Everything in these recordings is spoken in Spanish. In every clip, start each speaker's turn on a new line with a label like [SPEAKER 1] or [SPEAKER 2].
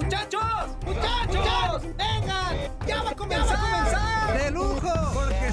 [SPEAKER 1] ¡Muchachos! ¡Muchachos! ¡Vengan! ¡Ya va a comenzar! ¡De lujo! Porque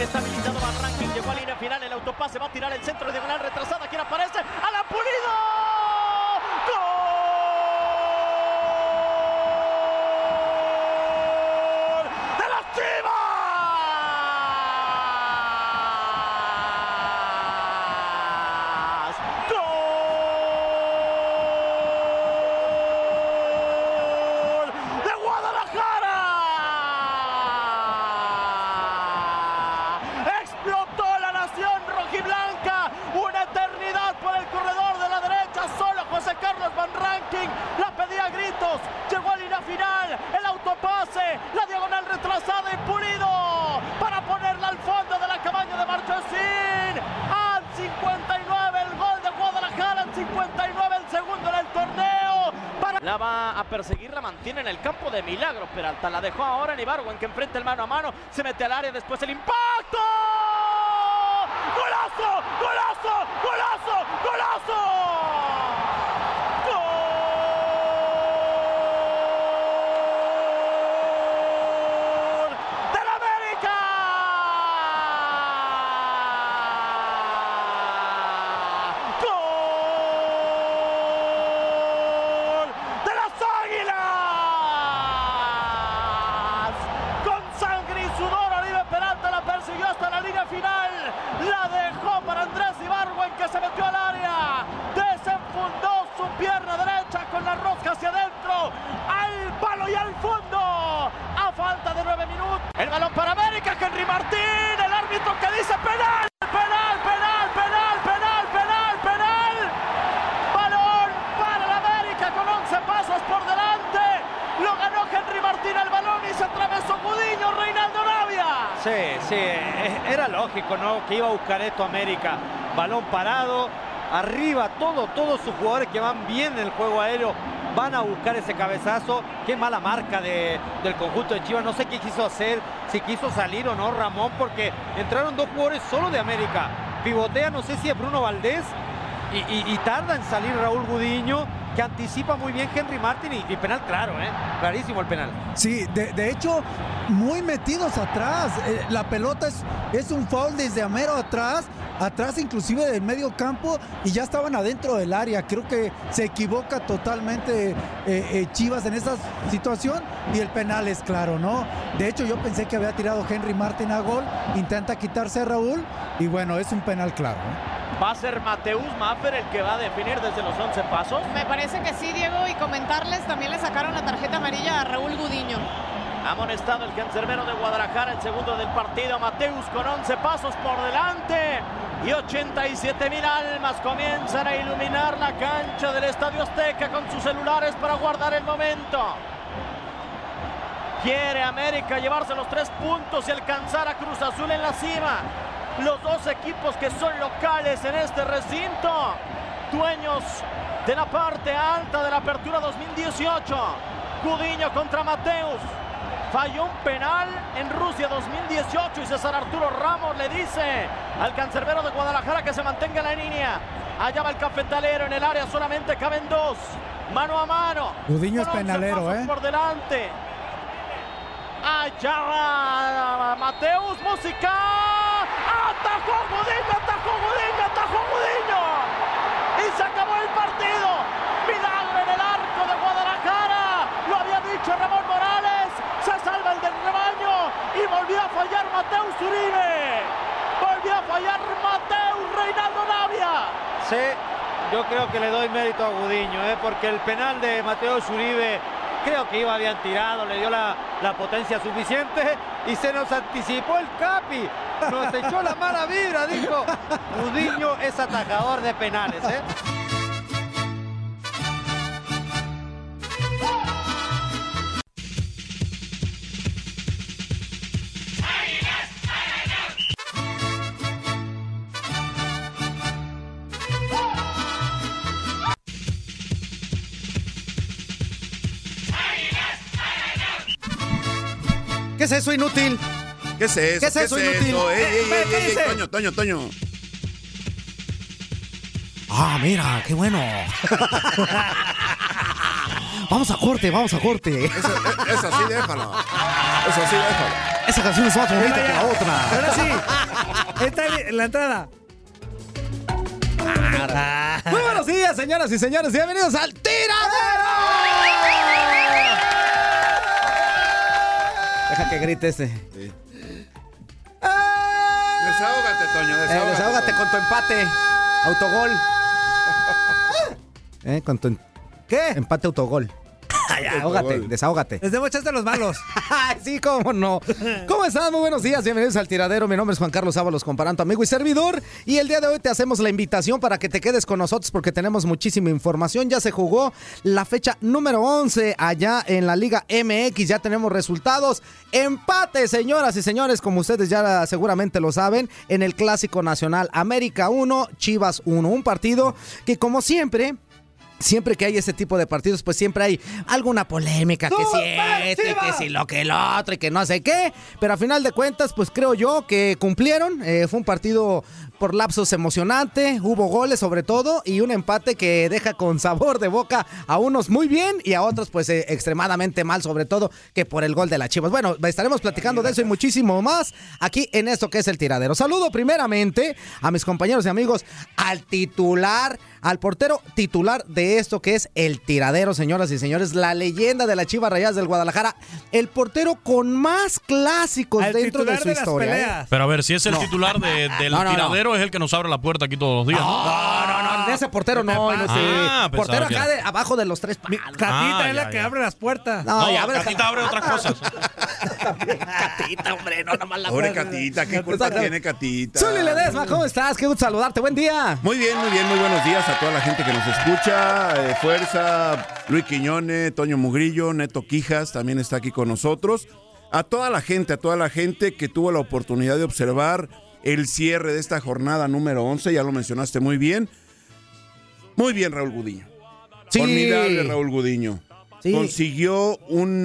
[SPEAKER 2] Está habilitado Barranquín, llegó a línea final, el autopase va a tirar el centro diagonal retrasada, ¿quién aparece? ¡Alan Pulido! ¡Gol! ¡De las Chivas! ¡Gol! ¡De Guadalajara! ¡Explotó la nación rojiblanca! ¡Una eternidad por el corredor de la derecha! Solo José Carlos Van Ranking la pedía a gritos. Llegó a línea final. El autopase. La diagonal retrasada y pulido. Para ponerla al fondo de la cabaña de Marchesín. Al 59 el gol de Guadalajara. Al 59 el segundo en el torneo. Para... La va a perseguir, la mantiene en el campo de milagros. Peralta la dejó ahora en Ibarwen que enfrenta el mano a mano. Se mete al área después el impacto. ¡Golazo! ¡Golazo! ¡Golazo! ¡Golazo! ¡Gol del América! ¡Gol de las Águilas! Con sangre y sudor, Oribe Peralta la persiguió hasta la línea final. La dejó para Andrés Ibarwen que se metió al área. Desenfundó su pierna derecha con la rosca hacia adentro. Al palo y al fondo. A falta de nueve minutos. El balón para América, Henry Martín. El árbitro que dice penal. Penal, penal, penal, penal, penal, penal. Balón para la América con 11 pasos por delante. Lo ganó Henry Martín al balón y se atravesó Gudiño, Reinaldo Navia. Sí, sí, e- era lógico, ¿no? Que iba a buscar esto América. Balón parado, arriba, todo, todos sus jugadores que van bien en el juego aéreo van a buscar ese cabezazo. Qué mala marca de- del conjunto de Chivas. No sé qué quiso hacer, si quiso salir o no Ramón, porque entraron dos jugadores solo de América. Pivotea, no sé si es Bruno Valdés y, y- y tarda en salir Raúl Gudiño
[SPEAKER 3] que anticipa muy bien Henry Martin y, y penal claro, ¿eh? Clarísimo el penal.
[SPEAKER 1] Sí, de, de hecho, muy metidos atrás. Eh, la pelota es, es un foul desde a mero atrás, atrás inclusive del medio campo y ya estaban adentro del área. Creo que se equivoca totalmente eh, eh, Chivas en esa situación y el penal es claro, ¿no? De hecho, yo pensé que había tirado Henry Martin a gol, intenta quitarse a Raúl y bueno, es un penal claro. ¿no?
[SPEAKER 4] ¿Va a ser Mateus Maffer el que va a definir desde los 11 pasos?
[SPEAKER 5] Me parece que sí, Diego, y comentarles, también le sacaron la tarjeta amarilla a Raúl Gudiño.
[SPEAKER 4] Amonestado el cancerbero de Guadalajara, el segundo del partido, Mateus con 11 pasos por delante. Y 87 mil almas comienzan a iluminar la cancha del Estadio Azteca con sus celulares para guardar el momento. Quiere América llevarse los tres puntos y alcanzar a Cruz Azul en la cima los dos equipos que son locales en este recinto, dueños de la parte alta de la apertura 2018. Gudiño contra Mateus. Falló un penal en Rusia 2018 y César Arturo Ramos le dice al cancerbero de Guadalajara que se mantenga en la línea. Allá va el cafetalero en el área, solamente caben dos. Mano a mano.
[SPEAKER 1] Gudiño es penalero, ¿eh?
[SPEAKER 4] Por delante. Allá va Mateus, musical atajó Gudiño, atajó Gudiño, atajó Gudiño. Y se acabó el partido. Milagro en el arco de Guadalajara. Lo había dicho Ramón Morales. Se salva el del rebaño. Y volvió a fallar Mateus Uribe. Volvió a fallar Mateus Reinaldo Navia.
[SPEAKER 3] Sí, yo creo que le doy mérito a Gudiño, ¿eh? porque el penal de Mateus Uribe creo que iba bien tirado, le dio la, la, potencia suficiente y se nos anticipó el Capi. Nos echó la mala vibra, dijo. Gudiño es atacador de penales, ¿eh?
[SPEAKER 2] ¿Qué es eso, inútil?
[SPEAKER 6] ¿Qué es eso?
[SPEAKER 2] ¿Qué es eso,
[SPEAKER 6] ¿Qué
[SPEAKER 2] inútil?
[SPEAKER 6] eso? Ey, ey,
[SPEAKER 2] Eh,
[SPEAKER 6] ey,
[SPEAKER 2] ¿qué
[SPEAKER 6] ey,
[SPEAKER 2] dice?
[SPEAKER 6] Toño, Toño, Toño.
[SPEAKER 2] Ah, mira, qué bueno. vamos a corte, vamos a corte.
[SPEAKER 6] Eso sí, déjalo. Eso sí, déjalo.
[SPEAKER 2] Esa canción es más bonita que la otra.
[SPEAKER 7] Ahora sí, esta es la entrada.
[SPEAKER 2] Muy
[SPEAKER 7] buenos días, señoras y señores. Bienvenidos al
[SPEAKER 2] Tiradero.
[SPEAKER 7] Deja que grite ese.
[SPEAKER 2] Ah.
[SPEAKER 6] Desahógate, Toño,
[SPEAKER 7] Eh,
[SPEAKER 6] desahógate.
[SPEAKER 7] desahógate con tu empate. Autogol. Eh, con tu en- Empate autogol. Desahógate, desahógate.
[SPEAKER 1] Les debo echarte los malos.
[SPEAKER 7] sí, cómo no. ¿Cómo están? Muy buenos días, bienvenidos al tiradero. Mi nombre es Juan Carlos Ábalos, comparando amigo y servidor. Y el día de hoy te hacemos la invitación para que te quedes con nosotros porque tenemos muchísima información. Ya se jugó la fecha número 11 allá en la Liga MX. Ya tenemos resultados. Empate, señoras y señores, como ustedes ya seguramente lo saben, en el Clásico Nacional América 1, Chivas 1. Un partido que, como siempre. Siempre que hay ese tipo de partidos, pues siempre hay alguna polémica, que si este, que si lo que el otro y que no sé qué. Pero a final de cuentas, pues creo yo que cumplieron. Eh, fue un partido por lapsos emocionante, hubo goles sobre todo y un empate que deja con sabor de boca a unos muy bien y a otros pues eh, extremadamente mal, sobre todo que por el gol de las Chivas. Bueno, estaremos platicando de eso y muchísimo más aquí en esto que es el tiradero. Saludo primeramente a mis compañeros y amigos, al titular al portero titular de esto que es el tiradero, señoras y señores, la leyenda de la Chivas Rayadas del Guadalajara, el portero con más clásicos dentro de
[SPEAKER 8] titular
[SPEAKER 7] su
[SPEAKER 8] de las
[SPEAKER 7] historia. ¿eh?
[SPEAKER 8] Pero a ver, si es el
[SPEAKER 7] No.
[SPEAKER 8] titular de- del
[SPEAKER 7] No, no, no.
[SPEAKER 8] tiradero, es el que nos abre la puerta aquí todos los días.
[SPEAKER 7] Ah, de ese portero no,
[SPEAKER 8] pasa?
[SPEAKER 7] inútil.
[SPEAKER 8] Ah, pensaba
[SPEAKER 7] portero
[SPEAKER 8] que
[SPEAKER 7] acá de, abajo de los tres palos.
[SPEAKER 8] Catita Ah, es la ya, que ya.
[SPEAKER 7] abre las puertas.
[SPEAKER 8] No, Catita abre otras cosas.
[SPEAKER 7] Catita, hombre, no nomás la
[SPEAKER 6] Pobre
[SPEAKER 7] puerta.
[SPEAKER 6] Catita, ¿qué culpa
[SPEAKER 7] Exacto.
[SPEAKER 6] tiene Catita?
[SPEAKER 7] Zuli Ledesma, ¿cómo estás? Qué gusto saludarte, buen día.
[SPEAKER 6] Muy bien, muy bien, muy buenos días a toda la gente que nos escucha. Eh, Fuerza, Luis Quiñones, Toño Mugrillo, Neto Quijas también está aquí con nosotros. A toda la gente, a toda la gente que tuvo la oportunidad de observar el cierre de esta jornada número 11, ya lo mencionaste muy bien. Muy bien, Raúl Gudiño.
[SPEAKER 7] Sí.
[SPEAKER 6] Formidable, Raúl Gudiño.
[SPEAKER 7] Sí.
[SPEAKER 6] Consiguió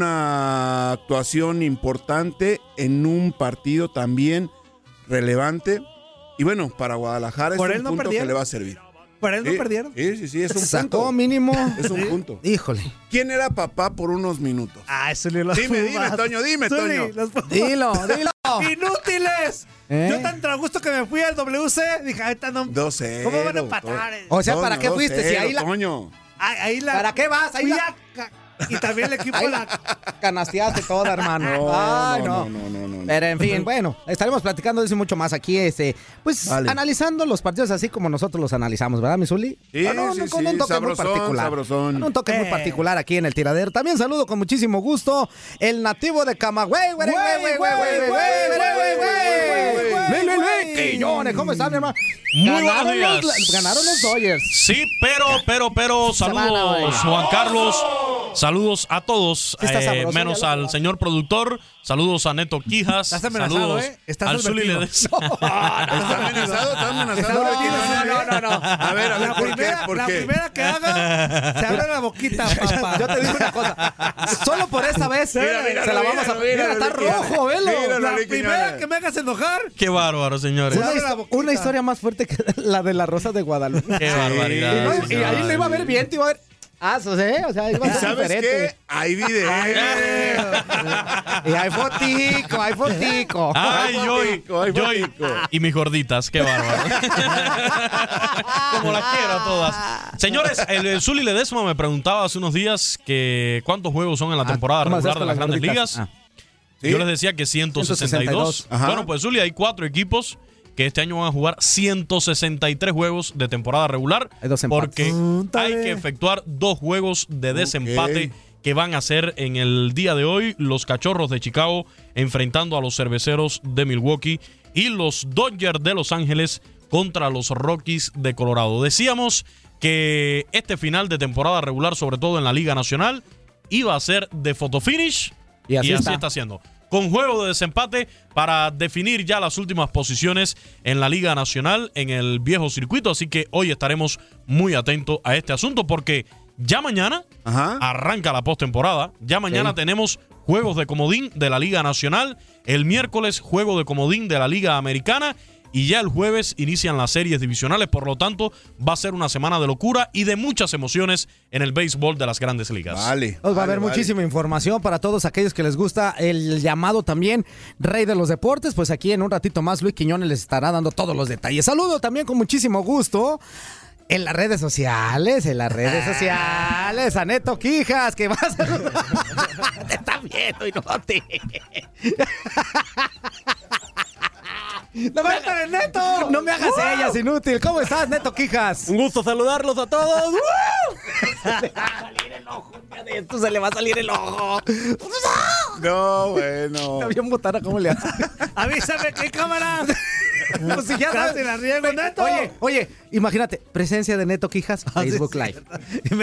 [SPEAKER 6] una actuación importante en un partido también relevante. Y bueno, para Guadalajara
[SPEAKER 7] Por
[SPEAKER 6] es
[SPEAKER 7] él
[SPEAKER 6] un
[SPEAKER 7] no
[SPEAKER 6] punto que
[SPEAKER 7] perdieron.
[SPEAKER 6] le va a servir.
[SPEAKER 1] Para él no
[SPEAKER 6] Sí,
[SPEAKER 1] perdieron.
[SPEAKER 6] Sí, sí, sí, es un
[SPEAKER 7] Sacó
[SPEAKER 6] punto.
[SPEAKER 7] mínimo.
[SPEAKER 6] Es un
[SPEAKER 7] Sí.
[SPEAKER 6] punto.
[SPEAKER 7] Híjole.
[SPEAKER 6] ¿Quién era papá por unos minutos?
[SPEAKER 1] Ah, eso le lo
[SPEAKER 6] Dime, dime, Toño, dime,
[SPEAKER 1] Zuli,
[SPEAKER 6] Toño.
[SPEAKER 1] los Pumas.
[SPEAKER 7] Dilo, dilo.
[SPEAKER 1] ¡Inútiles!
[SPEAKER 7] ¿Eh?
[SPEAKER 1] Yo tan a gusto que me fui al WC, dije, ahorita no.
[SPEAKER 6] 12.
[SPEAKER 1] ¿Cómo van a empatar?
[SPEAKER 7] O sea, ¿para qué fuiste? Si ahí la-
[SPEAKER 6] Toño.
[SPEAKER 1] Ahí, ahí la-
[SPEAKER 7] ¿Para qué vas? Ahí
[SPEAKER 1] fui
[SPEAKER 7] la-
[SPEAKER 1] a- Y también el equipo
[SPEAKER 7] Ahí
[SPEAKER 1] la.
[SPEAKER 7] Canasteaste toda, hermano. Ay, no. Pero en fin, bueno, estaremos platicando de eso y mucho más aquí, este, pues
[SPEAKER 6] Vale.
[SPEAKER 7] analizando los partidos así como nosotros los analizamos, ¿verdad, mi Zuli?
[SPEAKER 6] Sí,
[SPEAKER 7] Ah, no,
[SPEAKER 6] sí,
[SPEAKER 7] no, con
[SPEAKER 6] sí,
[SPEAKER 7] un toque
[SPEAKER 6] sabrosón,
[SPEAKER 7] muy particular.
[SPEAKER 6] sabrosón.
[SPEAKER 7] Con un toque muy
[SPEAKER 6] Eh.
[SPEAKER 7] particular aquí en el tiradero. También saludo con muchísimo gusto el nativo de Camagüey, güey, güey, güey, güey, güey, güey, güey, güey, güey, güey, güey, Quiñones, ¿cómo están, mi hermano?
[SPEAKER 8] Muy buenos
[SPEAKER 7] Ganaron los-
[SPEAKER 8] días.
[SPEAKER 7] Ganaron los Dodgers.
[SPEAKER 8] Sí, pero, pero, pero, saludos, Juan Carlos. Saludos a todos,
[SPEAKER 7] Sí está
[SPEAKER 8] eh,
[SPEAKER 7] sabroso,
[SPEAKER 8] menos
[SPEAKER 7] ya lo-
[SPEAKER 8] al señor productor. Saludos a Neto Quijas.
[SPEAKER 1] Estás amenazado,
[SPEAKER 8] saludos
[SPEAKER 1] ¿eh? Estás
[SPEAKER 8] al Zuli
[SPEAKER 1] advertido.
[SPEAKER 8] Ledesma.
[SPEAKER 6] amenazado? ¿Está amenazado?
[SPEAKER 1] No, no, no, no.
[SPEAKER 6] A ver, a ver,
[SPEAKER 1] la,
[SPEAKER 6] ¿por qué?
[SPEAKER 1] primera,
[SPEAKER 6] ¿Por
[SPEAKER 1] la
[SPEAKER 6] qué?
[SPEAKER 1] primera que haga, se abre la boquita, papá.
[SPEAKER 7] Yo te digo una cosa. Solo por esta vez
[SPEAKER 1] Mira, mira,
[SPEAKER 7] se la
[SPEAKER 1] mira,
[SPEAKER 7] vamos a.
[SPEAKER 1] mira,
[SPEAKER 7] Mira, está
[SPEAKER 1] mira,
[SPEAKER 7] rojo, velo.
[SPEAKER 1] míralo,
[SPEAKER 7] La
[SPEAKER 1] Luis
[SPEAKER 7] primera
[SPEAKER 1] Quiñones. que me hagas enojar.
[SPEAKER 8] Qué bárbaro, señores.
[SPEAKER 7] Una, histo- una historia más fuerte que la de la Rosa de Guadalupe.
[SPEAKER 8] Qué barbaridad,
[SPEAKER 7] Y, no- y
[SPEAKER 8] señor.
[SPEAKER 7] ahí le iba a ver bien, te iba a ver. Ah, o sea, o sea, iba a
[SPEAKER 6] ¿Y
[SPEAKER 7] ser
[SPEAKER 6] sabes
[SPEAKER 7] diferente.
[SPEAKER 6] qué? Hay video.
[SPEAKER 7] Y hay fotico, hay fotico.
[SPEAKER 8] Ay, Joy, Joy. Y mis gorditas, qué bárbaro. Como las quiero a todas. Señores, el, el Zuli Ledesma me preguntaba hace unos días que cuántos juegos son en la temporada
[SPEAKER 7] Ah, ¿cómo
[SPEAKER 8] regular de
[SPEAKER 7] hacías con
[SPEAKER 8] las
[SPEAKER 7] las
[SPEAKER 8] grandes
[SPEAKER 7] gorditas?
[SPEAKER 8] ligas. Yo les decía que 162.
[SPEAKER 7] 162. Ajá.
[SPEAKER 8] Bueno, pues Zuli, hay cuatro equipos que este año van a jugar 163 juegos de temporada regular. porque hay que efectuar dos juegos de desempate que van a ser en el día de hoy los Cachorros de Chicago enfrentando a los Cerveceros de Milwaukee y los Dodgers de Los Ángeles contra los Rockies de Colorado. Decíamos que este final de temporada regular, sobre todo en la Liga Nacional, iba a ser de fotofinish
[SPEAKER 7] Y así está.
[SPEAKER 8] está haciendo. Con juego de desempate para definir ya las últimas posiciones en la Liga Nacional, en el viejo circuito. Así que hoy estaremos muy atentos a este asunto porque ya mañana arranca la postemporada. Ya mañana
[SPEAKER 6] Sí.
[SPEAKER 8] tenemos juegos de comodín de la Liga Nacional. El miércoles, juego de comodín de la Liga Americana. Y ya el jueves inician las series divisionales. Por lo tanto, va a ser una semana de locura y de muchas emociones en el béisbol de las grandes ligas.
[SPEAKER 6] Vale.
[SPEAKER 7] Nos Pues va a
[SPEAKER 6] vale,
[SPEAKER 7] haber
[SPEAKER 6] vale.
[SPEAKER 7] muchísima información para todos aquellos que les gusta el llamado también Rey de los Deportes. Pues aquí en un ratito más Luis Quiñones les estará dando todos los detalles. Saludo también con muchísimo gusto. En las redes sociales, en las redes
[SPEAKER 6] Ah.
[SPEAKER 7] sociales, a Neto Quijas, que va a saludar. Te está viendo y no te. ¡No me hagas, Neto! ¡No me hagas ellas, inútil! ¿Cómo estás, Neto Quijas? Un gusto saludarlos a todos. Esto se le va a salir el ojo.
[SPEAKER 6] No, bueno.
[SPEAKER 7] Había un botana, ¿cómo le hace?
[SPEAKER 1] Ah, Avísame qué cámara.
[SPEAKER 7] Pues si ya sabes.
[SPEAKER 1] Casi la riego, Neto. Ah,
[SPEAKER 7] Oye, oye, imagínate, presencia de Neto Quijas, Facebook Live.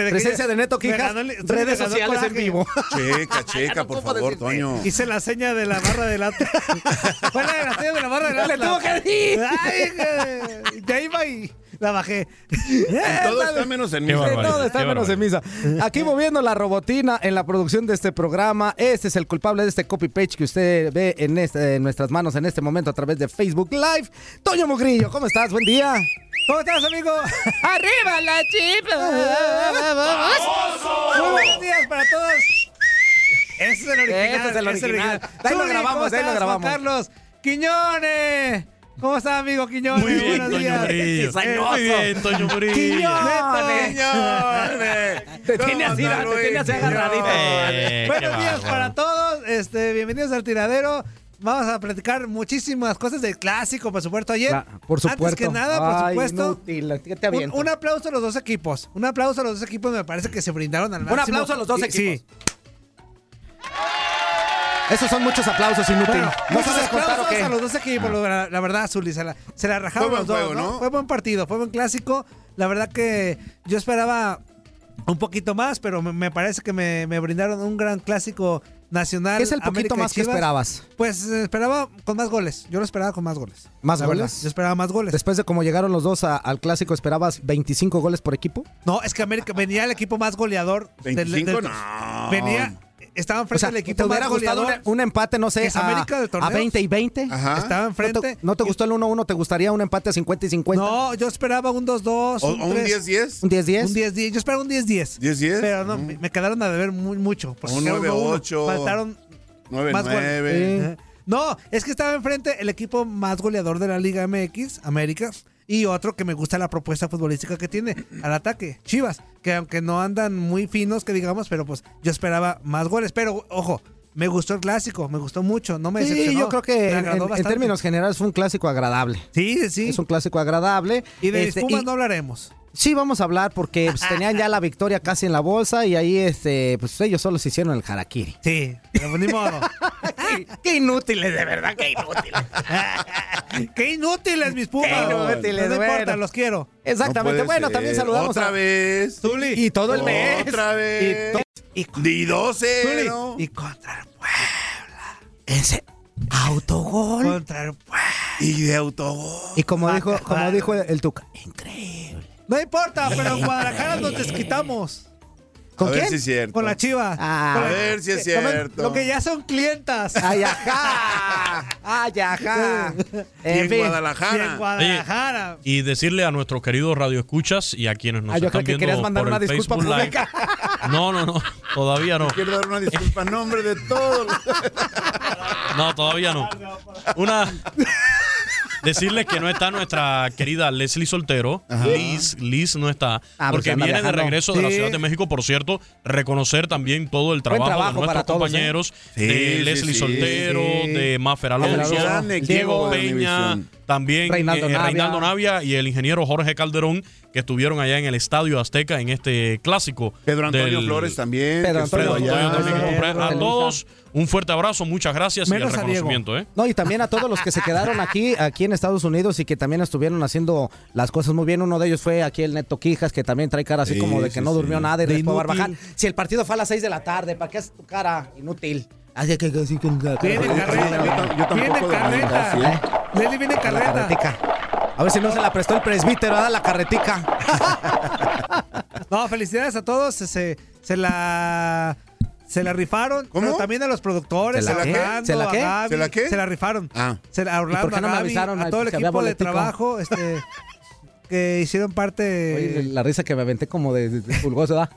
[SPEAKER 7] Presencia de Neto
[SPEAKER 1] Me
[SPEAKER 7] Quijas,
[SPEAKER 1] ganó el- me
[SPEAKER 7] redes
[SPEAKER 1] ganó el
[SPEAKER 7] sociales en
[SPEAKER 1] coraje.
[SPEAKER 7] vivo.
[SPEAKER 6] Checa, checa, por favor, Toño.
[SPEAKER 1] Hice la seña de la barra del Atlas. Fue la de la seña de la barra del
[SPEAKER 7] Le
[SPEAKER 1] Atlas.
[SPEAKER 7] tuvo que decir.
[SPEAKER 1] Ay, eh, ya iba y la bajé.
[SPEAKER 6] todo está menos en
[SPEAKER 7] Qué
[SPEAKER 6] misa.
[SPEAKER 7] barbaridad, todo está
[SPEAKER 6] qué
[SPEAKER 7] menos en misa. Aquí moviendo la robotina en la producción de este programa. Este es el culpable de este copy page que usted ve en, este- en nuestras manos en este momento a través de Facebook Live. Toño Mugrillo, ¿cómo estás? Buen día.
[SPEAKER 1] ¿Cómo estás, amigo?
[SPEAKER 7] ¡Arriba la chipa!
[SPEAKER 1] Muy buenos días para todos. Ese es el original.
[SPEAKER 7] Ese es el
[SPEAKER 1] ese
[SPEAKER 7] original. Ahí lo
[SPEAKER 1] Zuli,
[SPEAKER 7] grabamos,
[SPEAKER 1] ¿cómo
[SPEAKER 7] ahí lo
[SPEAKER 1] estás, Juan
[SPEAKER 7] grabamos.
[SPEAKER 1] Carlos Quiñones. ¿Cómo estás, amigo Quiñones?
[SPEAKER 8] Muy bien,
[SPEAKER 1] Buenos
[SPEAKER 8] Toño
[SPEAKER 1] días.
[SPEAKER 8] Murillo.
[SPEAKER 1] Eh,
[SPEAKER 8] Muy bien, Toño Murillo.
[SPEAKER 1] Quiñones.
[SPEAKER 6] Señores.
[SPEAKER 7] Te tiene así,
[SPEAKER 6] ¿Cómo
[SPEAKER 7] te
[SPEAKER 6] andan,
[SPEAKER 7] tiene así
[SPEAKER 6] Luis?
[SPEAKER 7] agarradito.
[SPEAKER 8] Eh, qué
[SPEAKER 1] Buenos días
[SPEAKER 8] bárbaro.
[SPEAKER 1] para todos. Este, bienvenidos al tiradero. Vamos a platicar muchísimas cosas del clásico, por supuesto, ayer.
[SPEAKER 7] La- por
[SPEAKER 1] Antes
[SPEAKER 7] supuesto.
[SPEAKER 1] que nada, por
[SPEAKER 7] Ay,
[SPEAKER 1] supuesto.
[SPEAKER 7] inútil, ¿qué te
[SPEAKER 1] un-
[SPEAKER 7] aviento?
[SPEAKER 1] Un, aplauso a los dos equipos. Un aplauso a los dos equipos. Me parece que se brindaron al máximo.
[SPEAKER 7] aplauso a los dos
[SPEAKER 1] Sí,
[SPEAKER 7] equipos.
[SPEAKER 1] Sí.
[SPEAKER 7] Esos son muchos aplausos, inútil.
[SPEAKER 1] Bueno,
[SPEAKER 7] ¿No
[SPEAKER 1] muchos
[SPEAKER 7] sabes contar o
[SPEAKER 1] aplausos
[SPEAKER 7] qué? Ah.
[SPEAKER 1] a los dos equipos. La, la verdad, Zuli, se la, se la rajaron
[SPEAKER 6] Fue buen
[SPEAKER 1] los dos.
[SPEAKER 6] juego,
[SPEAKER 1] ¿no?
[SPEAKER 6] ¿no?
[SPEAKER 1] Fue buen partido, fue buen clásico. La verdad que yo esperaba un poquito más, pero me, me parece que me, me brindaron un gran clásico nacional.
[SPEAKER 7] ¿Qué es el poquito
[SPEAKER 1] América y
[SPEAKER 7] más que
[SPEAKER 1] Chivas.
[SPEAKER 7] esperabas?
[SPEAKER 1] Pues eh, esperaba con más goles. Yo lo esperaba con más goles.
[SPEAKER 7] ¿Más
[SPEAKER 1] La verdad,
[SPEAKER 7] goles?
[SPEAKER 1] Yo esperaba más goles.
[SPEAKER 7] Después de cómo llegaron los dos a- al clásico, ¿esperabas 25 goles por equipo?
[SPEAKER 1] No, es que América venía el equipo más goleador. del-
[SPEAKER 6] 25,
[SPEAKER 1] del-
[SPEAKER 6] no.
[SPEAKER 1] Venía. estaban
[SPEAKER 7] O
[SPEAKER 1] frente
[SPEAKER 7] sea,
[SPEAKER 1] al equipo
[SPEAKER 7] ¿te hubiera
[SPEAKER 1] más
[SPEAKER 7] gustado
[SPEAKER 1] goleador.
[SPEAKER 7] un, un empate, no sé,
[SPEAKER 1] Es
[SPEAKER 7] a,
[SPEAKER 1] América de
[SPEAKER 7] a
[SPEAKER 1] torneos.
[SPEAKER 7] 20 y 20?
[SPEAKER 1] Ajá. Estaban
[SPEAKER 7] ¿No te, no te gustó el 1-1? ¿Te gustaría un empate a 50 y 50?
[SPEAKER 1] No, yo esperaba un 2-2.
[SPEAKER 7] O- o un
[SPEAKER 1] 3.
[SPEAKER 6] 10-10.
[SPEAKER 7] ¿Un 10-10?
[SPEAKER 1] Un 10-10. Yo esperaba un 10-10.
[SPEAKER 6] 10-10.
[SPEAKER 1] Pero no, me me quedaron a deber muy, mucho. Porque
[SPEAKER 6] Un
[SPEAKER 1] quedaron 1-1.
[SPEAKER 6] 9-8.
[SPEAKER 1] Faltaron más goles.
[SPEAKER 6] 9-9.
[SPEAKER 1] Ajá. No, es que estaba enfrente el equipo más goleador de la Liga MX, América. Y otro que me gusta la propuesta futbolística que tiene al ataque, Chivas, que aunque no andan muy finos, que digamos, pero pues yo esperaba más goles. Pero ojo, me gustó el clásico, me gustó mucho, no me
[SPEAKER 7] Sí,
[SPEAKER 1] decepcionó.
[SPEAKER 7] yo creo que
[SPEAKER 1] me
[SPEAKER 7] en,
[SPEAKER 1] agradó
[SPEAKER 7] en- en
[SPEAKER 1] bastante.
[SPEAKER 7] términos generales fue un clásico agradable.
[SPEAKER 1] Sí, sí.
[SPEAKER 7] Es un clásico agradable.
[SPEAKER 1] Y de
[SPEAKER 7] Este,
[SPEAKER 1] Pumas no hablaremos.
[SPEAKER 7] Sí, vamos a hablar porque pues, tenían ya la victoria casi en la bolsa y ahí este, pues ellos solo se hicieron el harakiri.
[SPEAKER 1] Sí, pero pues, ni modo.
[SPEAKER 7] qué, qué inútiles, de verdad, qué inútiles.
[SPEAKER 1] ¡Qué inútiles mis Pumas!
[SPEAKER 7] Qué inútiles,
[SPEAKER 1] no me
[SPEAKER 7] bueno.
[SPEAKER 1] importa, los quiero.
[SPEAKER 7] Exactamente. bueno, también saludamos
[SPEAKER 6] Otra
[SPEAKER 7] a-
[SPEAKER 6] vez.
[SPEAKER 1] Zuli.
[SPEAKER 7] Y todo el mes.
[SPEAKER 6] Otra vez.
[SPEAKER 1] Y,
[SPEAKER 6] Di 12.
[SPEAKER 1] Zuli. Y contra el Puebla.
[SPEAKER 7] Ese autogol.
[SPEAKER 1] Contra el Puebla. Ah,
[SPEAKER 6] Y de autogol.
[SPEAKER 7] Y como dijo, como dijo el, el Tuca.
[SPEAKER 1] No importa, Ah, pero en Guadalajara nos desquitamos.
[SPEAKER 6] A ver si es cierto.
[SPEAKER 1] Con la Chivas.
[SPEAKER 6] A
[SPEAKER 1] Con la-
[SPEAKER 6] ver si es
[SPEAKER 1] que- tomen-
[SPEAKER 6] cierto.
[SPEAKER 1] Lo que ya son clientas.
[SPEAKER 7] Ah. ¡Ay, ajá! ¡Ay, Ah, ajá!
[SPEAKER 6] Y en Guadalajara.
[SPEAKER 1] Y en Guadalajara.
[SPEAKER 8] Y decirle a nuestros queridos radioescuchas y a quienes nos
[SPEAKER 7] Ah, yo
[SPEAKER 8] están
[SPEAKER 7] creo que
[SPEAKER 8] viendo
[SPEAKER 7] querías mandar
[SPEAKER 8] por
[SPEAKER 7] una
[SPEAKER 8] el
[SPEAKER 7] disculpa
[SPEAKER 8] Facebook Live.
[SPEAKER 7] pública.
[SPEAKER 8] No, no, no, todavía no.
[SPEAKER 6] Quiero dar una disculpa en nombre de todos.
[SPEAKER 8] No, todavía no. Una decirles que no está nuestra querida Leslie Soltero. Liz, Liz no está
[SPEAKER 7] Ah, pues
[SPEAKER 8] porque
[SPEAKER 7] anda
[SPEAKER 8] viene de
[SPEAKER 7] viajando.
[SPEAKER 8] regreso de la
[SPEAKER 7] Sí.
[SPEAKER 8] Ciudad de México, por cierto, reconocer también todo el trabajo,
[SPEAKER 7] trabajo
[SPEAKER 8] de nuestros
[SPEAKER 7] para todos,
[SPEAKER 8] compañeros
[SPEAKER 7] ¿eh?
[SPEAKER 8] de
[SPEAKER 7] Sí, sí,
[SPEAKER 8] Leslie
[SPEAKER 7] sí,
[SPEAKER 8] Soltero,
[SPEAKER 7] sí.
[SPEAKER 8] de Mafer
[SPEAKER 7] Mafer
[SPEAKER 8] Alonso,
[SPEAKER 7] Alonso,
[SPEAKER 8] Diego
[SPEAKER 7] Diego
[SPEAKER 8] Peña,
[SPEAKER 7] Univisión.
[SPEAKER 8] también eh,
[SPEAKER 7] Reinaldo
[SPEAKER 8] Reinaldo,
[SPEAKER 7] Navia.
[SPEAKER 8] Navia y el ingeniero Jorge Calderón que estuvieron allá en el Estadio Azteca en este clásico.
[SPEAKER 6] Pedro Antonio Flores también.
[SPEAKER 8] Pedro
[SPEAKER 6] que
[SPEAKER 8] Antonio,
[SPEAKER 6] estuvo allá.
[SPEAKER 8] Antonio también que estuvo por allá. A todos un fuerte abrazo, muchas gracias y
[SPEAKER 7] Menos
[SPEAKER 8] el
[SPEAKER 7] a Diego.
[SPEAKER 8] reconocimiento, ¿eh?
[SPEAKER 7] No, y también a todos los que se quedaron aquí, aquí en Estados Unidos y que también estuvieron haciendo las cosas muy bien. Uno de ellos fue aquí el Neto Quijas, que también trae cara así
[SPEAKER 9] Sí,
[SPEAKER 7] como de que
[SPEAKER 9] sí,
[SPEAKER 7] no durmió
[SPEAKER 9] sí.
[SPEAKER 7] nada y
[SPEAKER 9] De
[SPEAKER 7] después
[SPEAKER 9] inútil.
[SPEAKER 7] Barbaján. Si el partido fue a las 6 de la tarde, ¿para qué haces tu cara? Inútil. Así que, así que-
[SPEAKER 1] Viene carreta. Leslie viene
[SPEAKER 7] La
[SPEAKER 1] carreta.
[SPEAKER 7] carretica. A ver si no se la prestó el presbítero, ¿verdad? La carretica.
[SPEAKER 1] No, felicidades a todos. Se, se, se la. Se la rifaron. Pero también a los productores.
[SPEAKER 7] ¿Se la
[SPEAKER 1] a
[SPEAKER 7] qué?
[SPEAKER 1] Orlando,
[SPEAKER 7] ¿Se la qué?
[SPEAKER 1] a Gaby,
[SPEAKER 7] ¿Se la qué?
[SPEAKER 1] rifaron.
[SPEAKER 6] Ah.
[SPEAKER 1] Se la, a Orlando,
[SPEAKER 7] por qué no
[SPEAKER 1] a
[SPEAKER 7] me
[SPEAKER 1] Gaby,
[SPEAKER 7] avisaron?
[SPEAKER 1] A todo el
[SPEAKER 7] Se había
[SPEAKER 1] equipo de
[SPEAKER 7] boletico.
[SPEAKER 1] trabajo este, que hicieron
[SPEAKER 7] Oye,
[SPEAKER 1] parte.
[SPEAKER 7] la risa que me aventé como de, de, de pulgoso, ¿verdad?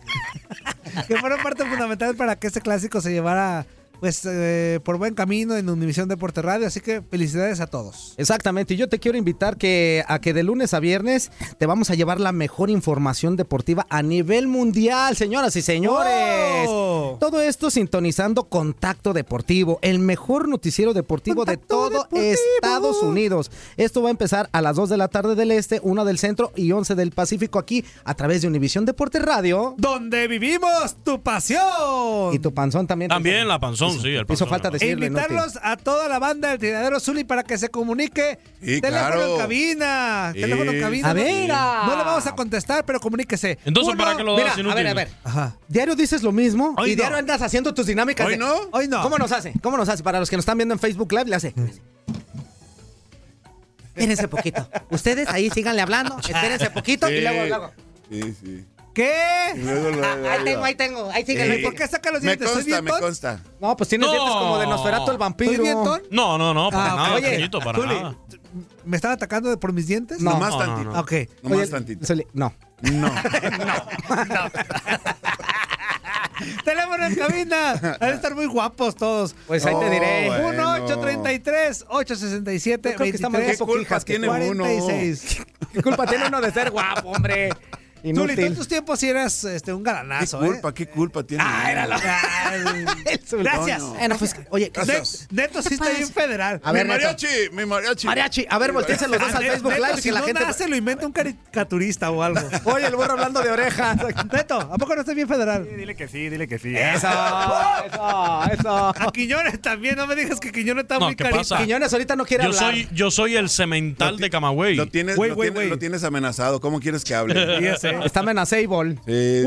[SPEAKER 1] que fueron parte fundamental para que este clásico se llevara. Pues eh, por buen camino en Univisión Deporte Radio, así que felicidades a todos.
[SPEAKER 7] Exactamente, y yo te quiero invitar que a que de lunes a viernes te vamos a llevar la mejor información deportiva a nivel mundial, señoras y señores.
[SPEAKER 1] Oh.
[SPEAKER 7] Todo esto sintonizando Contacto Deportivo, el mejor noticiero deportivo de todo Estados Unidos. Esto va a empezar a las 2 de la tarde del este, 1 del centro y 11 del Pacífico aquí a través de Univisión Deporte Radio.
[SPEAKER 1] Donde vivimos tu pasión.
[SPEAKER 7] Y tu panzón también.
[SPEAKER 8] También la panzón, sí, el
[SPEAKER 7] Hizo
[SPEAKER 8] panzón.
[SPEAKER 7] falta
[SPEAKER 1] E
[SPEAKER 7] decirlo. inútil.
[SPEAKER 1] invitarlos a toda la banda del tiradero Zuli para que se comunique.
[SPEAKER 7] Sí,
[SPEAKER 1] teléfono
[SPEAKER 7] claro.
[SPEAKER 1] en cabina.
[SPEAKER 7] Sí.
[SPEAKER 1] Teléfono en cabina.
[SPEAKER 7] A
[SPEAKER 1] no-
[SPEAKER 7] ver,
[SPEAKER 1] No,
[SPEAKER 7] a-
[SPEAKER 1] le vamos a contestar, pero comuníquese.
[SPEAKER 7] Entonces, ¿para qué lo das
[SPEAKER 1] Mira,
[SPEAKER 7] inútil?
[SPEAKER 1] A ver, a ver.
[SPEAKER 7] Diario dices lo mismo
[SPEAKER 1] Hoy
[SPEAKER 7] y diario
[SPEAKER 1] no.
[SPEAKER 7] andas haciendo tus dinámicas.
[SPEAKER 1] Hoy
[SPEAKER 7] de-
[SPEAKER 1] no. Hoy no.
[SPEAKER 7] ¿Cómo nos hace? ¿Cómo nos hace? Para los que nos están viendo en Facebook Live, le hace. Espérense poquito. Ustedes ahí síganle hablando. Espérense poquito y luego, luego.
[SPEAKER 6] Sí, sí.
[SPEAKER 1] ¿Qué?
[SPEAKER 6] Y luego lo-
[SPEAKER 7] Ah, Ahí tengo, ahí tengo. Ahí síganle.
[SPEAKER 6] Sí.
[SPEAKER 7] ¿Por qué
[SPEAKER 1] saca los
[SPEAKER 6] Me
[SPEAKER 7] dientes? ¿Soy
[SPEAKER 6] consta, me
[SPEAKER 7] dientón?
[SPEAKER 6] consta.
[SPEAKER 7] No, pues tienes dientes como de Nosferatu el vampiro.
[SPEAKER 1] ¿Soy dientón?
[SPEAKER 8] No, no, no, para
[SPEAKER 1] Ah,
[SPEAKER 8] nada,
[SPEAKER 1] oye,
[SPEAKER 8] Toñito, para
[SPEAKER 1] Zuli,
[SPEAKER 8] nada.
[SPEAKER 1] ¿Me están atacando por mis dientes?
[SPEAKER 8] No. Nomás No, no, tantito. no.
[SPEAKER 1] Ok.
[SPEAKER 6] Nomás
[SPEAKER 1] Oye,
[SPEAKER 6] tantito.
[SPEAKER 7] No.
[SPEAKER 6] No.
[SPEAKER 1] Teléfono en cabina. Deben estar muy guapos todos.
[SPEAKER 7] Pues ahí te diré.
[SPEAKER 1] Oh,
[SPEAKER 7] bueno.
[SPEAKER 1] 1833 867
[SPEAKER 7] Yo creo que está más
[SPEAKER 1] 23
[SPEAKER 7] guapo ¿Qué culpa tiene
[SPEAKER 1] 46.
[SPEAKER 7] ¿Qué culpa tiene uno de ser guapo, hombre?
[SPEAKER 1] Zuli, tú en
[SPEAKER 7] Inútil.
[SPEAKER 1] tus tiempos sí eras este, un galanazo,
[SPEAKER 6] ¿Qué
[SPEAKER 1] ¿eh?
[SPEAKER 6] culpa, qué culpa tiene? Ah, era
[SPEAKER 1] Gracias.
[SPEAKER 7] Bueno, pues, oye, ¿qué-
[SPEAKER 1] Gracias. Neto sí está bien federal. Ah,
[SPEAKER 7] A ver, Mi Neto. mariachi,
[SPEAKER 6] mi mariachi.
[SPEAKER 7] Mariachi, a ver, volteense los dos al Facebook Live que
[SPEAKER 1] Si
[SPEAKER 7] la
[SPEAKER 1] no
[SPEAKER 7] gente-
[SPEAKER 1] nace, lo inventa un caricaturista o algo.
[SPEAKER 7] Oye, el burro hablando de orejas.
[SPEAKER 1] Neto, ¿a poco no estás bien federal?
[SPEAKER 10] Dile que sí, dile que sí.
[SPEAKER 7] Eso, eso, eso.
[SPEAKER 1] A Quiñones también, no me digas que Quiñones está
[SPEAKER 8] No,
[SPEAKER 1] muy
[SPEAKER 8] ¿qué
[SPEAKER 1] carita.
[SPEAKER 8] pasa?
[SPEAKER 7] Quiñones ahorita no
[SPEAKER 8] yo soy yo soy el cemental de Camagüey.
[SPEAKER 6] Lo tienes,
[SPEAKER 8] Güey,
[SPEAKER 6] lo,
[SPEAKER 8] güey,
[SPEAKER 6] tienes,
[SPEAKER 8] güey.
[SPEAKER 6] lo tienes amenazado. ¿Cómo quieres que hable?
[SPEAKER 7] Está amenazable.
[SPEAKER 6] Sí, sí, sí.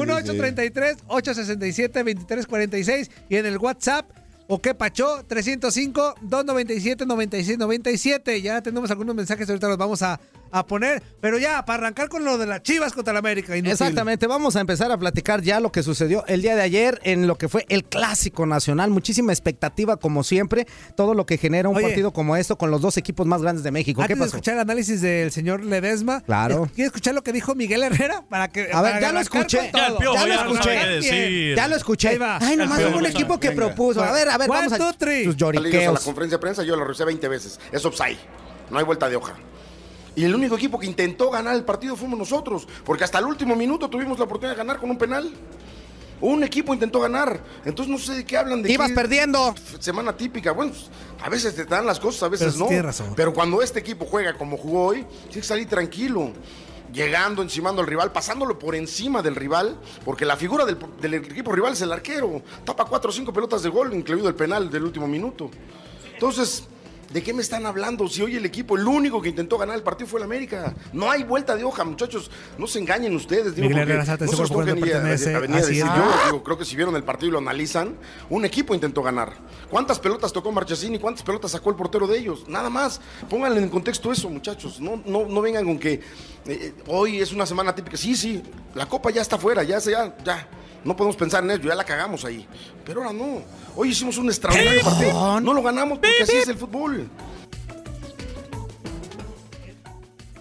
[SPEAKER 1] 1-833-867-2346 y en el WhatsApp. ¿O qué pacho? 305-297-9697. Ya tenemos algunos mensajes, ahorita los vamos a a poner. Pero ya, para arrancar con lo de las chivas contra la América. inútil.
[SPEAKER 7] Exactamente, vamos a empezar a platicar ya lo que sucedió el día de ayer en lo que fue el Clásico Nacional. Muchísima expectativa, como siempre, todo lo que genera un
[SPEAKER 1] Oye.
[SPEAKER 7] partido como esto con los dos equipos más grandes de México.
[SPEAKER 1] Antes
[SPEAKER 7] ¿Qué
[SPEAKER 1] de
[SPEAKER 7] pasó?
[SPEAKER 1] escuchar el análisis del señor Ledesma,
[SPEAKER 7] Claro.
[SPEAKER 1] es- ¿quiere escuchar lo que dijo Miguel Herrera? Para que,
[SPEAKER 7] A ver,
[SPEAKER 1] para
[SPEAKER 7] ya lo
[SPEAKER 1] arrancar
[SPEAKER 7] escuché.
[SPEAKER 1] con todo?
[SPEAKER 7] ya lo escuché. Ya lo escuché.
[SPEAKER 1] Ahí va.
[SPEAKER 7] Ay, nomás
[SPEAKER 10] Piojo
[SPEAKER 7] hubo un
[SPEAKER 10] no sabe.
[SPEAKER 7] equipo que
[SPEAKER 10] Venga.
[SPEAKER 7] propuso. A ver, a ver, vamos a sus
[SPEAKER 10] Salidos a la
[SPEAKER 7] lloriqueos.
[SPEAKER 10] conferencia de prensa, yo lo revisé 20 veces. Es offside. No hay vuelta de hoja. Y el único equipo que intentó ganar el partido fuimos nosotros, porque hasta el último minuto tuvimos la oportunidad de ganar con un penal. Un equipo intentó ganar. Entonces no sé de qué hablan de
[SPEAKER 7] Ibas
[SPEAKER 10] qué
[SPEAKER 7] perdiendo.
[SPEAKER 10] Semana típica. Bueno, pues, a veces te dan las cosas, a veces
[SPEAKER 1] Pero
[SPEAKER 10] no.
[SPEAKER 1] tienes razón.
[SPEAKER 10] Pero cuando este equipo juega como jugó hoy, tiene que salir tranquilo. Llegando, encimando al rival, pasándolo por encima del rival, porque la figura del, del equipo rival es el arquero. Tapa cuatro o cinco pelotas de gol, incluido el penal del último minuto. Entonces, ¿de qué me están hablando? Si hoy el equipo, el único que intentó ganar el partido fue el América. No hay vuelta de hoja, muchachos. No se engañen ustedes. Digo,
[SPEAKER 1] Miguel
[SPEAKER 10] porque
[SPEAKER 1] Herrera Sata,
[SPEAKER 10] no
[SPEAKER 1] ese
[SPEAKER 10] se los
[SPEAKER 1] cuerpo
[SPEAKER 10] tengo que
[SPEAKER 1] no
[SPEAKER 10] ni a-
[SPEAKER 1] pertenece.
[SPEAKER 10] a venir a
[SPEAKER 1] Así
[SPEAKER 10] decir
[SPEAKER 1] es.
[SPEAKER 10] yo.
[SPEAKER 1] Ah.
[SPEAKER 10] Digo, creo que si vieron el partido y lo analizan, un equipo intentó ganar. ¿Cuántas pelotas tocó Marchesín y cuántas pelotas sacó el portero de ellos? Nada más. Pónganle en contexto eso, muchachos. No, no, no vengan con que eh, eh, hoy es una semana típica. Sí, sí, la copa ya está fuera, ya, se- ya, ya. No podemos pensar en eso, ya la cagamos ahí. Pero ahora no. Hoy hicimos un extraordinario partido. No lo ganamos porque así es el fútbol.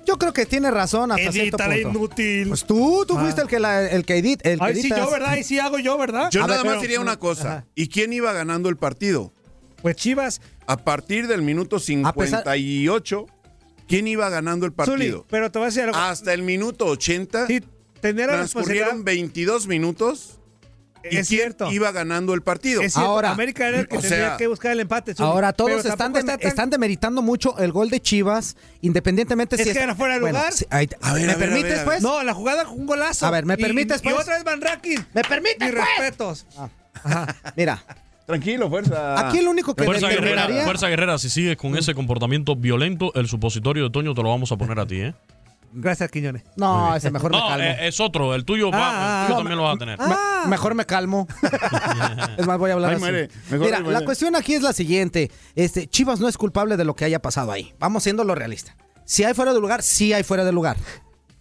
[SPEAKER 7] Yo creo que tiene razón hasta cierto
[SPEAKER 1] Edítala,
[SPEAKER 7] punto.
[SPEAKER 1] inútil.
[SPEAKER 7] Pues tú, tú
[SPEAKER 1] Ah.
[SPEAKER 7] fuiste el que, la, el que edit, el que
[SPEAKER 1] Ay, sí,
[SPEAKER 7] editas.
[SPEAKER 1] yo, ¿verdad? Ahí sí hago yo, ¿verdad?
[SPEAKER 6] Yo
[SPEAKER 1] A
[SPEAKER 6] nada
[SPEAKER 1] ver,
[SPEAKER 6] más
[SPEAKER 1] pero-
[SPEAKER 6] diría una cosa.
[SPEAKER 1] Ajá.
[SPEAKER 6] ¿Y quién iba ganando el partido?
[SPEAKER 1] Pues Chivas.
[SPEAKER 6] A partir del minuto 58, ¿quién iba ganando el partido?
[SPEAKER 1] Zuli, pero te voy a decir algo.
[SPEAKER 6] Hasta el minuto 80.
[SPEAKER 1] tenía la
[SPEAKER 6] transcurrieron 22 minutos. ¿Y quién
[SPEAKER 1] Es cierto.
[SPEAKER 6] iba ganando el partido?
[SPEAKER 1] Es cierto, América era el que
[SPEAKER 6] o
[SPEAKER 1] tenía
[SPEAKER 6] sea,
[SPEAKER 1] que buscar el empate. Zuli.
[SPEAKER 7] Ahora
[SPEAKER 1] Pero
[SPEAKER 7] todos están,
[SPEAKER 1] tampoco
[SPEAKER 7] de-
[SPEAKER 1] está tan-
[SPEAKER 7] están demeritando mucho el gol de Chivas, independientemente
[SPEAKER 1] Es
[SPEAKER 7] si
[SPEAKER 1] que era fuera de
[SPEAKER 7] Bueno,
[SPEAKER 1] lugar.
[SPEAKER 7] sí, ahí- ¿Me permites, pues?
[SPEAKER 1] No, la jugada con un golazo.
[SPEAKER 7] A ver, ¿me
[SPEAKER 1] Y-
[SPEAKER 7] permites,
[SPEAKER 1] y,
[SPEAKER 7] pues?
[SPEAKER 1] Y otra vez Van Rankin.
[SPEAKER 7] ¿Me permites,
[SPEAKER 1] Mis
[SPEAKER 7] pues?
[SPEAKER 1] respetos.
[SPEAKER 7] Mira.
[SPEAKER 6] Tranquilo, fuerza.
[SPEAKER 7] Aquí Ah. el único que
[SPEAKER 8] Fuerza
[SPEAKER 7] determinaría- Mm.
[SPEAKER 8] Guerrera, Fuerza Guerrera, si sigues con ese comportamiento violento, el supositorio de Toño te lo vamos a poner a ti, ¿eh?
[SPEAKER 1] Gracias, Quiñones.
[SPEAKER 7] No, ese mejor me
[SPEAKER 8] No,
[SPEAKER 7] calmo.
[SPEAKER 8] eh, es otro, el tuyo, va,
[SPEAKER 7] Ah,
[SPEAKER 8] el tuyo
[SPEAKER 7] ah,
[SPEAKER 8] también lo vas a tener.
[SPEAKER 7] Me- mejor me calmo. es más, voy a hablar
[SPEAKER 8] Ahí
[SPEAKER 7] así.
[SPEAKER 8] muere, mejor
[SPEAKER 7] Mira,
[SPEAKER 8] ahí muere.
[SPEAKER 7] la cuestión aquí es la siguiente. Este, Chivas no es culpable de lo que haya pasado ahí. Vamos siendo lo realista. Si hay fuera de lugar, sí hay fuera de lugar.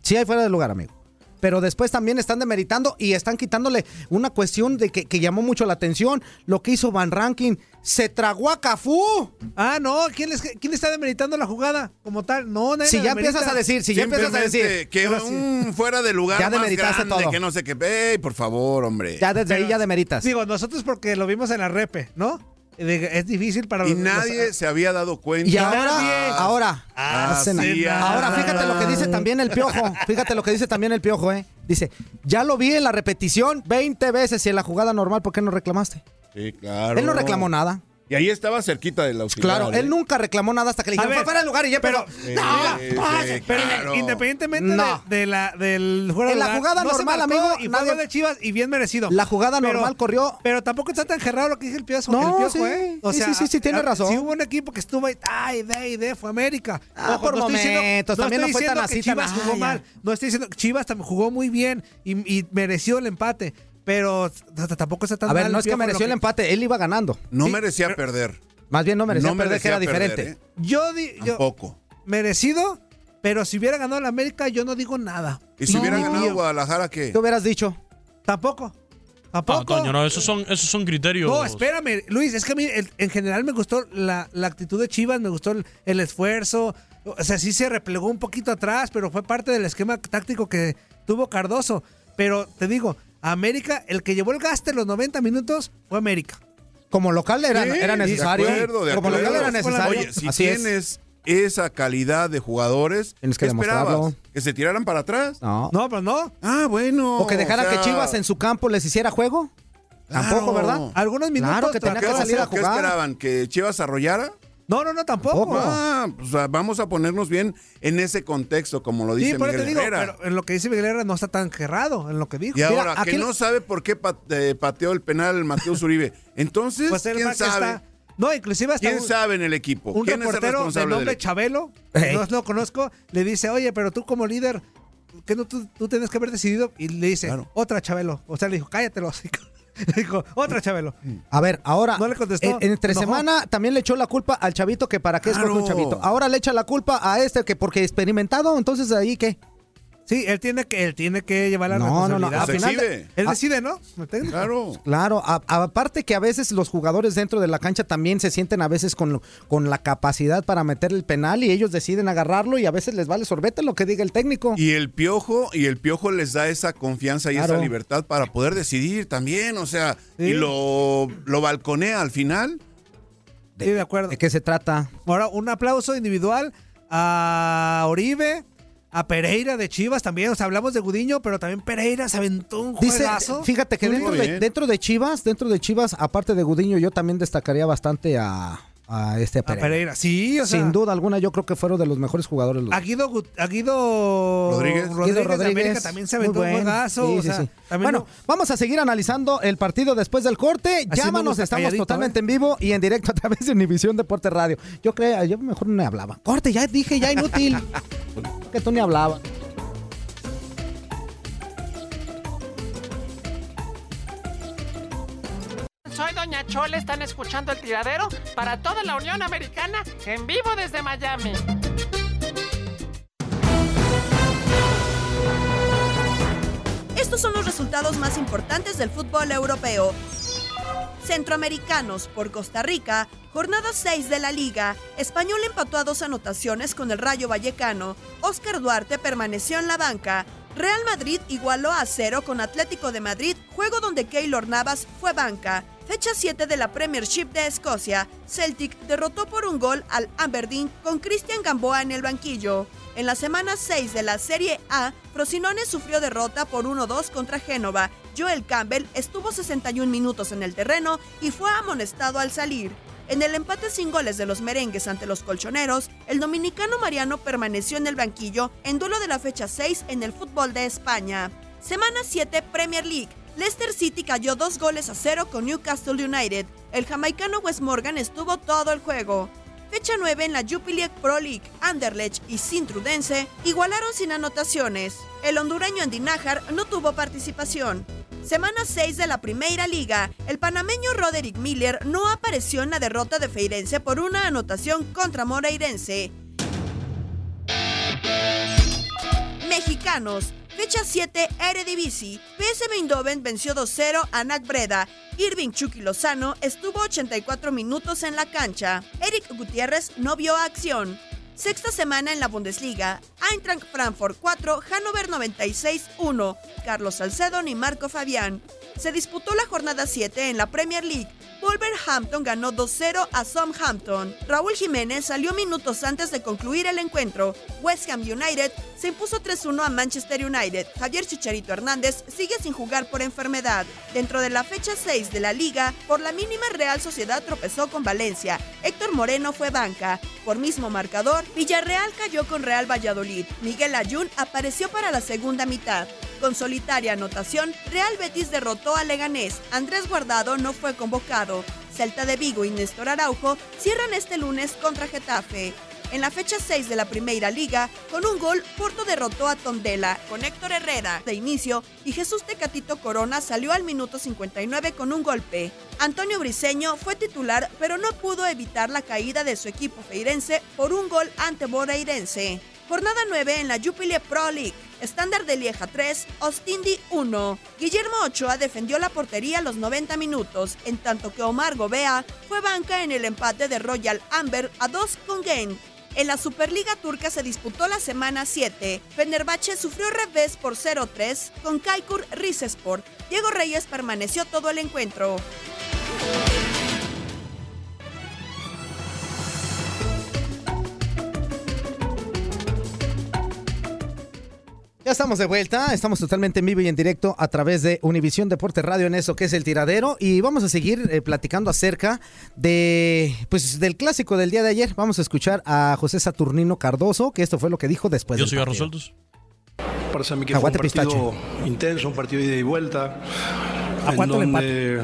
[SPEAKER 7] Sí hay fuera de lugar, amigo. Pero después también están demeritando y están quitándole una cuestión de que, que llamó mucho la atención. Lo que hizo Van Ranking. Se tragó a Cafú.
[SPEAKER 1] Ah, no. ¿Quién, les- quién está demeritando la jugada como tal? No, nadie
[SPEAKER 7] Si
[SPEAKER 1] la
[SPEAKER 7] ya
[SPEAKER 1] demerita.
[SPEAKER 7] empiezas a decir, si ya empiezas a decir.
[SPEAKER 6] Que
[SPEAKER 7] Ahora sí.
[SPEAKER 6] un fuera de lugar
[SPEAKER 7] Ya
[SPEAKER 6] más
[SPEAKER 7] demeritaste
[SPEAKER 6] grande,
[SPEAKER 7] todo.
[SPEAKER 6] que no sé qué. Ey, por favor, hombre.
[SPEAKER 7] Ya desde ahí ya demeritas.
[SPEAKER 1] Digo, nosotros porque lo vimos en la repe, ¿no? De- Es difícil para
[SPEAKER 6] y
[SPEAKER 1] los- los-
[SPEAKER 6] nadie se había dado cuenta.
[SPEAKER 7] Y ahora, ahora,
[SPEAKER 6] Ah,
[SPEAKER 7] hacen-
[SPEAKER 6] sí, ah.
[SPEAKER 7] ahora fíjate lo que dice también el piojo. Fíjate lo que dice también el piojo, eh. Dice, ya lo vi en la repetición 20 veces y en la jugada normal, ¿por qué no reclamaste?
[SPEAKER 6] Sí, claro.
[SPEAKER 7] Él no reclamó nada.
[SPEAKER 6] Y ahí estaba cerquita del auxiliar.
[SPEAKER 7] Claro,
[SPEAKER 6] ¿eh?
[SPEAKER 7] él nunca reclamó nada hasta que le
[SPEAKER 1] A
[SPEAKER 7] dijeron,
[SPEAKER 1] ver,
[SPEAKER 7] "Fue fuera del lugar y ya pero.
[SPEAKER 6] Sí, sí, sí,
[SPEAKER 1] Pero
[SPEAKER 6] claro.
[SPEAKER 1] independientemente
[SPEAKER 7] No.
[SPEAKER 1] de, de la, del juego
[SPEAKER 7] En la jugada normal, amigo,
[SPEAKER 1] y fue
[SPEAKER 7] nadie-
[SPEAKER 1] gol de Chivas y bien merecido.
[SPEAKER 7] La jugada normal corrió.
[SPEAKER 1] Pero tampoco está tan gerrado lo que dice el Piojo.
[SPEAKER 7] No,
[SPEAKER 1] el Piojo,
[SPEAKER 7] sí,
[SPEAKER 1] ¿eh?
[SPEAKER 7] sí, sí, sí, sí, tiene
[SPEAKER 1] a-
[SPEAKER 7] razón.
[SPEAKER 1] Si hubo un equipo que estuvo ahí, ay, de, y de, fue América. pues,
[SPEAKER 7] Ah, por
[SPEAKER 1] estoy
[SPEAKER 7] momentos, también
[SPEAKER 1] estoy
[SPEAKER 7] no fue tan
[SPEAKER 1] diciendo que
[SPEAKER 7] así, tan-
[SPEAKER 1] Chivas
[SPEAKER 7] ah,
[SPEAKER 1] jugó
[SPEAKER 7] ya.
[SPEAKER 1] mal. No estoy diciendo que Chivas también jugó muy bien y, y mereció el empate. Pero t- t- tampoco está tan
[SPEAKER 7] A
[SPEAKER 1] mal
[SPEAKER 7] ver,
[SPEAKER 1] el
[SPEAKER 7] no es que
[SPEAKER 1] Piojo en lo
[SPEAKER 7] mereció el empate, él iba ganando.
[SPEAKER 6] No
[SPEAKER 7] Sí,
[SPEAKER 6] merecía
[SPEAKER 7] pero-
[SPEAKER 6] perder.
[SPEAKER 7] Más bien no merecía
[SPEAKER 6] No
[SPEAKER 7] perder, que era
[SPEAKER 6] merecía perder,
[SPEAKER 7] diferente.
[SPEAKER 6] ¿eh?
[SPEAKER 1] Yo, di- yo-
[SPEAKER 6] Tampoco.
[SPEAKER 1] merecido, pero si hubiera ganado el América, yo no digo nada.
[SPEAKER 6] Y si
[SPEAKER 1] No,
[SPEAKER 6] hubiera
[SPEAKER 1] ni
[SPEAKER 6] ganado
[SPEAKER 1] mío.
[SPEAKER 6] Guadalajara, ¿qué?
[SPEAKER 7] ¿Qué hubieras dicho?
[SPEAKER 1] Tampoco.
[SPEAKER 8] No,
[SPEAKER 1] Tampoco.
[SPEAKER 8] Toño, no, esos son, esos son criterios.
[SPEAKER 1] No, espérame, Luis, es que a mí el- en general me gustó la, la actitud de Chivas, me gustó el, el esfuerzo. O sea, sí se replegó un poquito atrás, pero fue parte del esquema táctico que tuvo Cardoso. Pero te digo, América, el que llevó el gasto en los 90 minutos fue América.
[SPEAKER 7] Como local era, era necesario.
[SPEAKER 6] De acuerdo, de
[SPEAKER 7] Como local
[SPEAKER 6] acuerdo.
[SPEAKER 7] era necesario.
[SPEAKER 6] Oye, si
[SPEAKER 7] Así es.
[SPEAKER 6] tienes esa calidad de jugadores,
[SPEAKER 7] Tienes que
[SPEAKER 6] ¿qué esperabas?
[SPEAKER 7] demostrarlo.
[SPEAKER 6] ¿Que se tiraran para atrás?
[SPEAKER 7] No.
[SPEAKER 1] No, pero no.
[SPEAKER 6] Ah, bueno.
[SPEAKER 7] O que dejara
[SPEAKER 6] o sea,
[SPEAKER 7] que Chivas en su campo les hiciera juego. Tampoco,
[SPEAKER 6] Claro.
[SPEAKER 7] ¿verdad?
[SPEAKER 1] Algunos minutos
[SPEAKER 7] Claro que tenía
[SPEAKER 6] ¿Qué,
[SPEAKER 7] que salir a
[SPEAKER 6] qué
[SPEAKER 7] jugar.
[SPEAKER 6] esperaban? ¿Que Chivas arrollara?
[SPEAKER 1] No, no, no, tampoco.
[SPEAKER 6] Ah, pues, ah, vamos a ponernos bien en ese contexto, como lo dice
[SPEAKER 1] Sí, por eso
[SPEAKER 6] Miguel
[SPEAKER 1] te digo,
[SPEAKER 6] Herrera.
[SPEAKER 1] pero en lo que dice Miguel Herrera no está tan gerrado en lo que dijo.
[SPEAKER 6] Y ahora,
[SPEAKER 1] Mira,
[SPEAKER 6] que
[SPEAKER 1] aquí-
[SPEAKER 6] no sabe por qué pa- eh, pateó el penal Mateo Uribe. Entonces,
[SPEAKER 1] Pues el
[SPEAKER 6] ¿quién
[SPEAKER 1] Mac está-
[SPEAKER 6] sabe?
[SPEAKER 1] No, inclusive hasta
[SPEAKER 6] ¿Quién
[SPEAKER 1] un-
[SPEAKER 6] sabe en el equipo?
[SPEAKER 1] un
[SPEAKER 6] ¿Quién es el
[SPEAKER 1] reportero de
[SPEAKER 6] responsable del
[SPEAKER 1] nombre
[SPEAKER 6] equipo?
[SPEAKER 1] Chabelo, que no lo conozco, le dice, oye, pero tú como líder, que no tú, tú tienes que haber decidido? Y le dice, otra Chabelo. O sea, le dijo, cállate los hocico". Dijo, otra Chabelo.
[SPEAKER 7] A ver, ahora.
[SPEAKER 1] No le contestó.
[SPEAKER 7] en- entre
[SPEAKER 1] Enojó.
[SPEAKER 7] semana también le echó la culpa al chavito que para qué escoge un
[SPEAKER 1] Claro.
[SPEAKER 7] chavito. Ahora le echa la culpa a este que porque experimentado, entonces ahí qué.
[SPEAKER 1] Sí, él tiene que, él tiene que llevar la
[SPEAKER 7] No, no, Ah. no.
[SPEAKER 1] responsabilidad.
[SPEAKER 7] al final de-
[SPEAKER 1] Él
[SPEAKER 7] a-
[SPEAKER 1] decide, ¿no?
[SPEAKER 6] Claro.
[SPEAKER 7] Claro, a- aparte que a veces los jugadores dentro de la cancha también se sienten a veces con, lo- con la capacidad para meter el penal y ellos deciden agarrarlo y a veces les vale sorbete lo que diga el técnico.
[SPEAKER 6] Y el piojo, y el piojo les da esa confianza y
[SPEAKER 7] Claro.
[SPEAKER 6] esa libertad para poder decidir también, o sea, y lo, lo balconea al final.
[SPEAKER 1] Sí, de acuerdo.
[SPEAKER 7] ¿De qué se trata?
[SPEAKER 1] Ahora, un aplauso individual a Oribe, a Pereira de Chivas también. O sea, hablamos de Gudiño, pero también Pereira se aventó un
[SPEAKER 7] Dice,
[SPEAKER 1] juegazo.
[SPEAKER 7] fíjate que
[SPEAKER 1] Muy
[SPEAKER 7] dentro
[SPEAKER 1] bien.
[SPEAKER 7] de, dentro de Chivas, dentro de Chivas, aparte de Gudiño, yo también destacaría bastante a, a este a Pereira.
[SPEAKER 1] Pereira, sí, o sea-
[SPEAKER 7] Sin duda alguna, yo creo que fueron de los mejores jugadores. los-
[SPEAKER 1] A Guido, Gut- a Guido
[SPEAKER 7] Rodríguez.
[SPEAKER 1] Rodríguez, de América también se
[SPEAKER 7] muy
[SPEAKER 1] aventó
[SPEAKER 7] bueno.
[SPEAKER 1] un juegazo.
[SPEAKER 7] Sí,
[SPEAKER 1] o
[SPEAKER 7] sí,
[SPEAKER 1] sea,
[SPEAKER 7] sí.
[SPEAKER 1] también
[SPEAKER 7] Bueno,
[SPEAKER 1] no-
[SPEAKER 7] vamos a seguir analizando el partido después del corte.
[SPEAKER 1] me
[SPEAKER 7] Llámanos,
[SPEAKER 1] gusta,
[SPEAKER 7] estamos
[SPEAKER 1] calladito, ¿eh?
[SPEAKER 7] totalmente en vivo y en directo a través de Univisión Deporte Radio. Yo creo, yo mejor no hablaba. Corte, ya dije, ya inútil. que tú ni hablabas.
[SPEAKER 11] Soy Doña Chole, están escuchando el tiradero para toda la Unión Americana en vivo desde Miami.
[SPEAKER 12] Estos son los resultados más importantes del fútbol europeo. Centroamericanos por Costa Rica, jornada 6 de la liga. Español empató a dos anotaciones con el Rayo Vallecano. Óscar Duarte permaneció en la banca. Real Madrid igualó a cero con Atlético de Madrid, juego donde Keylor Navas fue banca. Fecha 7 de la Premiership de Escocia. Celtic derrotó por un gol al Aberdeen con Cristian Gamboa en el banquillo. En la semana 6 de la Serie A, Frosinone sufrió derrota por 1-2 contra Génova. Joel Campbell estuvo 61 minutos en el terreno y fue amonestado al salir. En el empate sin goles de los merengues ante los colchoneros, el dominicano Mariano permaneció en el banquillo en duelo de la fecha 6 en el fútbol de España. Semana 7 Premier League. Leicester City cayó dos goles a cero con Newcastle United. El jamaicano Wes Morgan estuvo todo el juego. Fecha 9 en la Jupiler Pro League, Anderlecht y Sintrudense igualaron sin anotaciones. El hondureño Andy Nájar no tuvo participación. Semana 6 de la Primera Liga, el panameño Roderick Miller no apareció en la derrota de Feirense por una anotación contra Moreirense. Mexicanos. Fecha 7, Eredivisie. PSV Eindhoven venció 2-0 a NAC Breda. Irving Chucky Lozano estuvo 84 minutos en la cancha. Eric Gutiérrez no vio acción. Sexta semana en la Bundesliga. Eintracht Frankfurt 4, Hannover 96-1. Carlos Salcedo y Marco Fabián. Se disputó la jornada 7 en la Premier League. Wolverhampton ganó 2-0 a Southampton. Raúl Jiménez salió minutos antes de concluir el encuentro. West Ham United se impuso 3-1 a Manchester United. Javier Chicharito Hernández sigue sin jugar por enfermedad. Dentro de la fecha 6 de la liga, por la mínima Real Sociedad tropezó con Valencia. Héctor Moreno fue banca. Por mismo marcador, Villarreal cayó con Real Valladolid. Miguel Ayun apareció para la segunda mitad. Con solitaria anotación, Real Betis derrotó a Leganés. Andrés Guardado no fue convocado. Celta de Vigo y Néstor Araujo cierran este lunes contra Getafe. En la fecha 6 de la Primera Liga, con un gol, Porto derrotó a Tondela con Héctor Herrera de inicio y Jesús Tecatito Corona salió al minuto 59 con un golpe. Antonio Briseño fue titular, pero no pudo evitar la caída de su equipo feirense por un gol ante Borairense. Jornada 9 en la Jupiler Pro League. Estándar de Lieja 3, Ostindi 1. Guillermo Ochoa defendió la portería los 90 minutos, en tanto que Omar Gobea fue banca en el empate de Royal Amber a 2 con Genk. En la Superliga Turca se disputó la semana 7. Fenerbahce sufrió revés por 0-3 con Kaikur Rizespor. Diego Reyes permaneció todo el encuentro.
[SPEAKER 7] Ya estamos de vuelta, estamos totalmente en vivo y en directo a través de Univisión Deporte Radio en eso que es el tiradero y vamos a seguir eh, platicando acerca de pues del clásico del día de ayer. Vamos a escuchar a José Saturnino Cardoso, que esto fue lo que dijo después
[SPEAKER 8] Yo
[SPEAKER 7] del
[SPEAKER 8] soy
[SPEAKER 7] partido.
[SPEAKER 8] Arrosueltos.
[SPEAKER 13] Para mí que fue un
[SPEAKER 7] Caguate
[SPEAKER 13] partido
[SPEAKER 7] pistache.
[SPEAKER 13] intenso, un partido de ida y vuelta.
[SPEAKER 1] ¿A
[SPEAKER 13] en
[SPEAKER 1] cuánto el
[SPEAKER 13] donde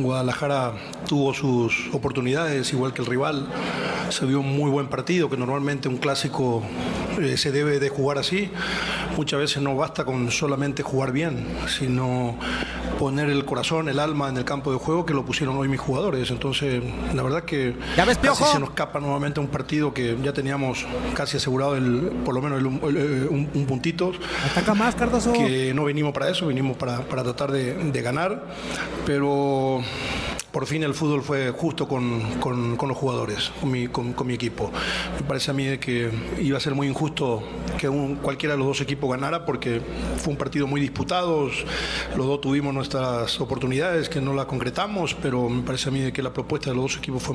[SPEAKER 13] Guadalajara tuvo sus oportunidades, igual que el rival. Se vio un muy buen partido, que normalmente un clásico eh, se debe de jugar así. Muchas veces no basta con solamente jugar bien, sino poner el corazón, el alma en el campo de juego que lo pusieron hoy mis jugadores. Entonces, la verdad que casi se nos escapa nuevamente un partido que ya teníamos casi asegurado el, por lo menos el- el- el- un, un puntito.
[SPEAKER 1] Ataca más, Cardoso.
[SPEAKER 13] Que no vinimos para eso, vinimos para, para tratar de, de ganar, pero por fin el fútbol fue justo con, con- con los jugadores, con mi, con- con mi equipo. Me parece a mí de que iba a ser muy injusto que un- cualquiera de los dos equipos ganara porque fue un partido muy disputado, los dos tuvimos nuestras oportunidades que no las concretamos, pero me parece a mí de que la propuesta de los dos equipos fue...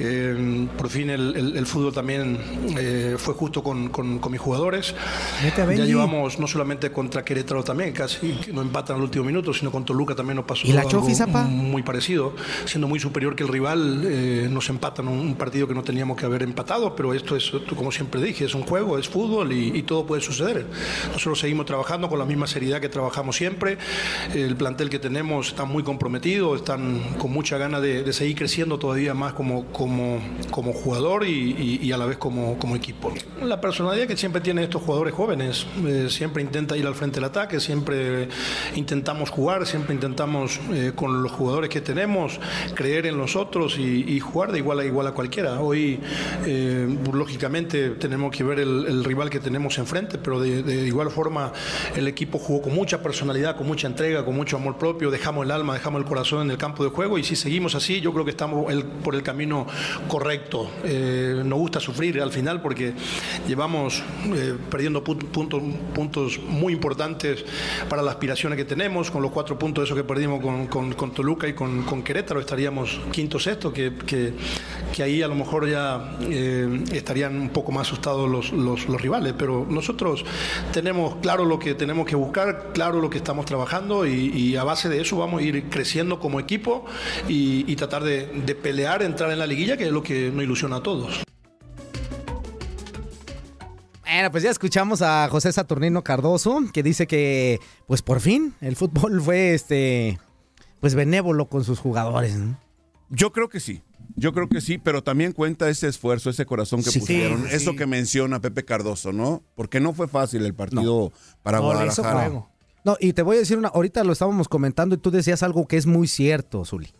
[SPEAKER 13] eh, por fin el, el- el fútbol también eh, fue justo con, con- con mis jugadores.
[SPEAKER 1] Mete a
[SPEAKER 13] Ya
[SPEAKER 1] Benji.
[SPEAKER 13] llevamos no solamente contra Querétaro también, casi no empatan al último minuto, sino con Toluca también nos pasó
[SPEAKER 9] ¿Y la
[SPEAKER 13] algo
[SPEAKER 9] Chofi, Zapa?
[SPEAKER 13] muy parecido, siendo muy superior que el rival, eh, nos empatan un, un partido que no teníamos que haber empatado, pero esto es, tú, como siempre dije, es un juego, es fútbol y, y todo puede suceder. Nosotros seguimos trabajando con la misma seriedad que trabajamos siempre, el plantel que tenemos está muy comprometido, están con mucha gana de, de seguir creciendo todavía más como, como, como jugador y, y- y a la vez como, como equipo. La personalidad que siempre tienen estos jugadores jóvenes, eh, siempre intenta ir al frente del ataque, siempre intentamos jugar, siempre intentamos eh, con los jugadores que tenemos creer en nosotros y, y jugar de igual a igual a cualquiera. Hoy, eh, lógicamente, tenemos que ver el, el rival que tenemos enfrente, pero de, de igual forma el equipo jugó con mucha personalidad, con mucha entrega, con mucho amor propio, dejamos el alma, dejamos el corazón en el campo de juego y si seguimos así, yo creo que estamos el- por el camino correcto. Eh, nos gusta sufrir al final porque llevamos eh, perdiendo pu- puntos, puntos muy importantes para las aspiraciones que tenemos, con los cuatro puntos esos que perdimos con, con- con Toluca y con, con Querétaro, estaríamos quinto, sexto, que, que- que ahí a lo mejor ya eh, estarían un poco más asustados los, los- los rivales, pero nosotros tenemos claro lo que tenemos que buscar, claro lo que estamos trabajando y, y a base de eso vamos a ir creciendo como equipo y, y tratar de, de pelear, entrar en la liguilla, que es lo que nos ilusiona a todos.
[SPEAKER 7] Bueno, pues ya escuchamos a José Saturnino Cardoso, que dice que, pues por fin, el fútbol fue este, pues benévolo con sus jugadores. ¿no?
[SPEAKER 6] Yo creo que sí. Yo creo que sí, pero también cuenta ese esfuerzo, ese corazón que
[SPEAKER 7] Sí,
[SPEAKER 6] pusieron.
[SPEAKER 7] sí, sí.
[SPEAKER 6] Eso que menciona Pepe Cardoso, ¿no? Porque no fue fácil el partido para
[SPEAKER 7] No, le hizo
[SPEAKER 6] Guadalajara.
[SPEAKER 7] juego. No, y te voy a decir una, ahorita lo estábamos comentando y tú decías algo que es muy cierto, Zuli.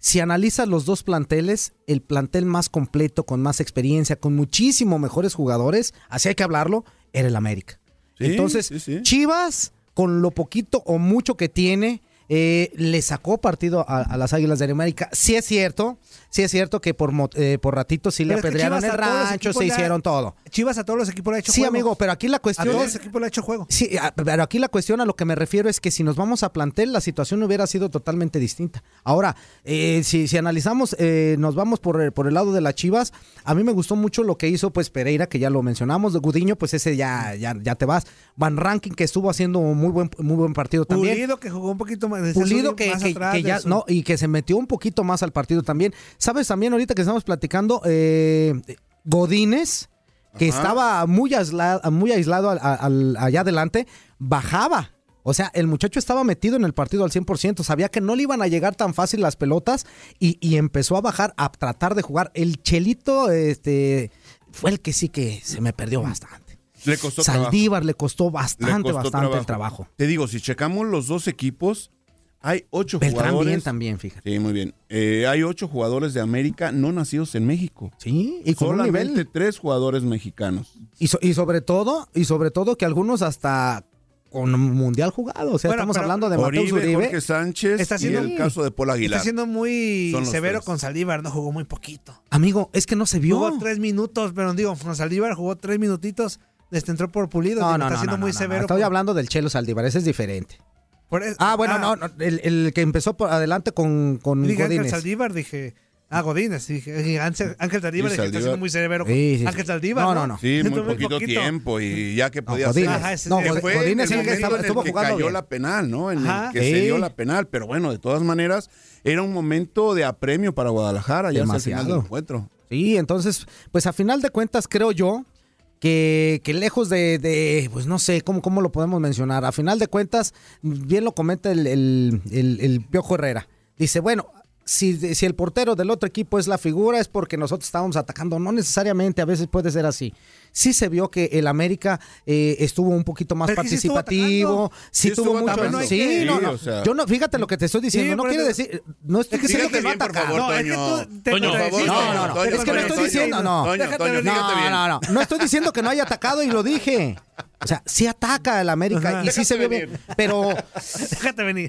[SPEAKER 7] Si analizas los dos planteles, el plantel más completo, con más experiencia, con muchísimo mejores jugadores, así hay que hablarlo, era el América.
[SPEAKER 6] Sí,
[SPEAKER 7] Entonces,
[SPEAKER 6] sí, sí.
[SPEAKER 7] Chivas, con lo poquito o mucho que tiene, eh, le sacó partido a, a las Águilas de América. Sí es cierto, sí es cierto que por, mo- eh, por ratito sí le
[SPEAKER 1] Pero es que
[SPEAKER 7] apedrearon
[SPEAKER 1] Chivas
[SPEAKER 7] el
[SPEAKER 1] a todos los
[SPEAKER 7] rancho,
[SPEAKER 1] equipos
[SPEAKER 7] se
[SPEAKER 1] le ha-
[SPEAKER 7] hicieron todo.
[SPEAKER 1] Chivas a todos los equipos le ha hecho
[SPEAKER 7] Sí,
[SPEAKER 1] juego.
[SPEAKER 7] amigo, pero aquí la cuestión
[SPEAKER 1] A todos
[SPEAKER 7] es-
[SPEAKER 1] los equipos le ha hecho juego.
[SPEAKER 7] Sí, ah, pero aquí la cuestión a lo que me refiero es que si nos vamos a plantel, la situación hubiera sido totalmente distinta. Ahora, eh, si, si analizamos, eh, nos vamos por el, por el lado de las Chivas, a mí me gustó mucho lo que hizo pues Pereira, que ya lo mencionamos, Gudiño, pues ese ya, ya, ya te vas. Van Ranking, que estuvo haciendo muy buen, muy buen partido también.
[SPEAKER 1] Pulido que jugó un poquito más. decía
[SPEAKER 7] Pulido
[SPEAKER 1] Zuli,
[SPEAKER 7] que,
[SPEAKER 1] más
[SPEAKER 7] que-
[SPEAKER 1] atrás
[SPEAKER 7] que
[SPEAKER 1] de
[SPEAKER 7] ya
[SPEAKER 1] su-
[SPEAKER 7] no y que se metió un poquito más al partido también. Sabes también ahorita que estamos platicando eh, Godínez que
[SPEAKER 9] Ajá.
[SPEAKER 7] estaba muy aislado, muy aislado al- al- allá adelante bajaba. O sea, el muchacho estaba metido en el partido al 100%, sabía que no le iban a llegar tan fácil las pelotas y, y empezó a bajar, a tratar de jugar. El Chelito este, fue el que sí que se me perdió bastante.
[SPEAKER 6] Le costó trabajo.
[SPEAKER 7] Saldívar le costó
[SPEAKER 6] Le
[SPEAKER 7] bastante,
[SPEAKER 6] costó
[SPEAKER 7] bastante el trabajo.
[SPEAKER 6] Te digo, si checamos los dos equipos, hay ocho
[SPEAKER 7] Beltrán
[SPEAKER 6] jugadores.
[SPEAKER 7] bien también, fíjate.
[SPEAKER 6] Sí, muy bien. Eh, hay ocho jugadores de América no nacidos en México.
[SPEAKER 7] Sí, y con un
[SPEAKER 6] solamente
[SPEAKER 7] nivel.
[SPEAKER 6] tres jugadores mexicanos.
[SPEAKER 7] Y, so- y sobre todo, y sobre todo que algunos hasta con mundial jugado. O sea, estamos hablando de Mateus
[SPEAKER 6] Oribe,
[SPEAKER 7] Uribe.
[SPEAKER 6] Jorge Sánchez
[SPEAKER 1] Está
[SPEAKER 6] y
[SPEAKER 1] siendo-
[SPEAKER 6] el caso de Paul Aguilar.
[SPEAKER 1] Está siendo muy
[SPEAKER 6] Son los
[SPEAKER 1] severo
[SPEAKER 6] tres.
[SPEAKER 1] con Saldívar, no jugó muy poquito.
[SPEAKER 7] Amigo, es que no se vio.
[SPEAKER 1] Jugó tres minutos, pero digo, con Saldívar jugó tres minutitos, este entró por pulido.
[SPEAKER 7] No,
[SPEAKER 1] digo,
[SPEAKER 7] no,
[SPEAKER 1] está
[SPEAKER 7] no,
[SPEAKER 1] siendo
[SPEAKER 7] no,
[SPEAKER 1] muy
[SPEAKER 7] no, no,
[SPEAKER 1] severo.
[SPEAKER 7] Estoy hablando del Chelo Saldívar, ese es diferente.
[SPEAKER 1] Por eso-
[SPEAKER 7] Ah, bueno, no, no, el, el que empezó por adelante con, con
[SPEAKER 1] Dije Ángel
[SPEAKER 7] Godínez.
[SPEAKER 1] Saldívar, dije. Ah, Godínez, dije. dije, Ángel, Ángel Saldívar,
[SPEAKER 6] Sí,
[SPEAKER 1] dije, está
[SPEAKER 6] Saldívar.
[SPEAKER 1] siendo muy severo. con
[SPEAKER 6] Sí, sí, sí.
[SPEAKER 1] Ángel Saldívar.
[SPEAKER 6] No, no, no. Sí, muy poquito tiempo y ya que podía
[SPEAKER 7] Godínez.
[SPEAKER 6] hacer.
[SPEAKER 7] Ajá, ese- No,
[SPEAKER 6] Que
[SPEAKER 7] Godínez-
[SPEAKER 6] fue en el
[SPEAKER 7] Godínez sí que
[SPEAKER 6] momento
[SPEAKER 7] estaba-
[SPEAKER 6] en el
[SPEAKER 7] estuvo
[SPEAKER 6] que
[SPEAKER 7] jugando
[SPEAKER 6] cayó
[SPEAKER 7] bien.
[SPEAKER 6] la penal, ¿no? En
[SPEAKER 7] Ajá.
[SPEAKER 6] el que se
[SPEAKER 7] Sí.
[SPEAKER 6] dio la penal, pero bueno, de todas maneras era un momento de apremio para Guadalajara ya hasta el final del
[SPEAKER 7] Demasiado.
[SPEAKER 6] encuentro.
[SPEAKER 7] Sí, entonces, pues a final de cuentas creo yo que, que lejos de, de, pues no sé, ¿cómo, ¿cómo lo podemos mencionar? A final de cuentas, bien lo comenta el, el, el- el Piojo Herrera. Dice, bueno, si, si el portero del otro equipo es la figura es porque nosotros estábamos atacando. No necesariamente, a veces puede ser así. sí se vio que el América eh, estuvo un poquito más
[SPEAKER 1] Pero es que sí estuvo
[SPEAKER 7] participativo,
[SPEAKER 1] atacando.
[SPEAKER 7] sí,
[SPEAKER 1] Sí
[SPEAKER 7] tuvo
[SPEAKER 1] estuvo
[SPEAKER 7] mucho.
[SPEAKER 1] atacando.
[SPEAKER 7] sí,
[SPEAKER 1] Sí,
[SPEAKER 7] no, no.
[SPEAKER 1] o sea.
[SPEAKER 7] Yo no, fíjate lo que te estoy diciendo,
[SPEAKER 1] Sí,
[SPEAKER 7] no
[SPEAKER 1] por
[SPEAKER 7] quiere
[SPEAKER 1] eso-
[SPEAKER 7] decir, no estoy
[SPEAKER 1] Es que
[SPEAKER 7] diciendo que no
[SPEAKER 1] bien, por
[SPEAKER 7] atacaron.
[SPEAKER 1] favor, No, es que Toño. tú te Toño, por favor, contradeciste.
[SPEAKER 7] no, no, no,
[SPEAKER 1] Toño,
[SPEAKER 7] es que no
[SPEAKER 1] Toño,
[SPEAKER 7] estoy
[SPEAKER 1] Toño,
[SPEAKER 7] diciendo, no.
[SPEAKER 1] Toño, Déjate Toño, ver,
[SPEAKER 7] no,
[SPEAKER 1] fíjate bien.
[SPEAKER 7] no, no, no estoy diciendo que no haya atacado y lo dije. O sea, sí ataca el América y sí se vio bien, pero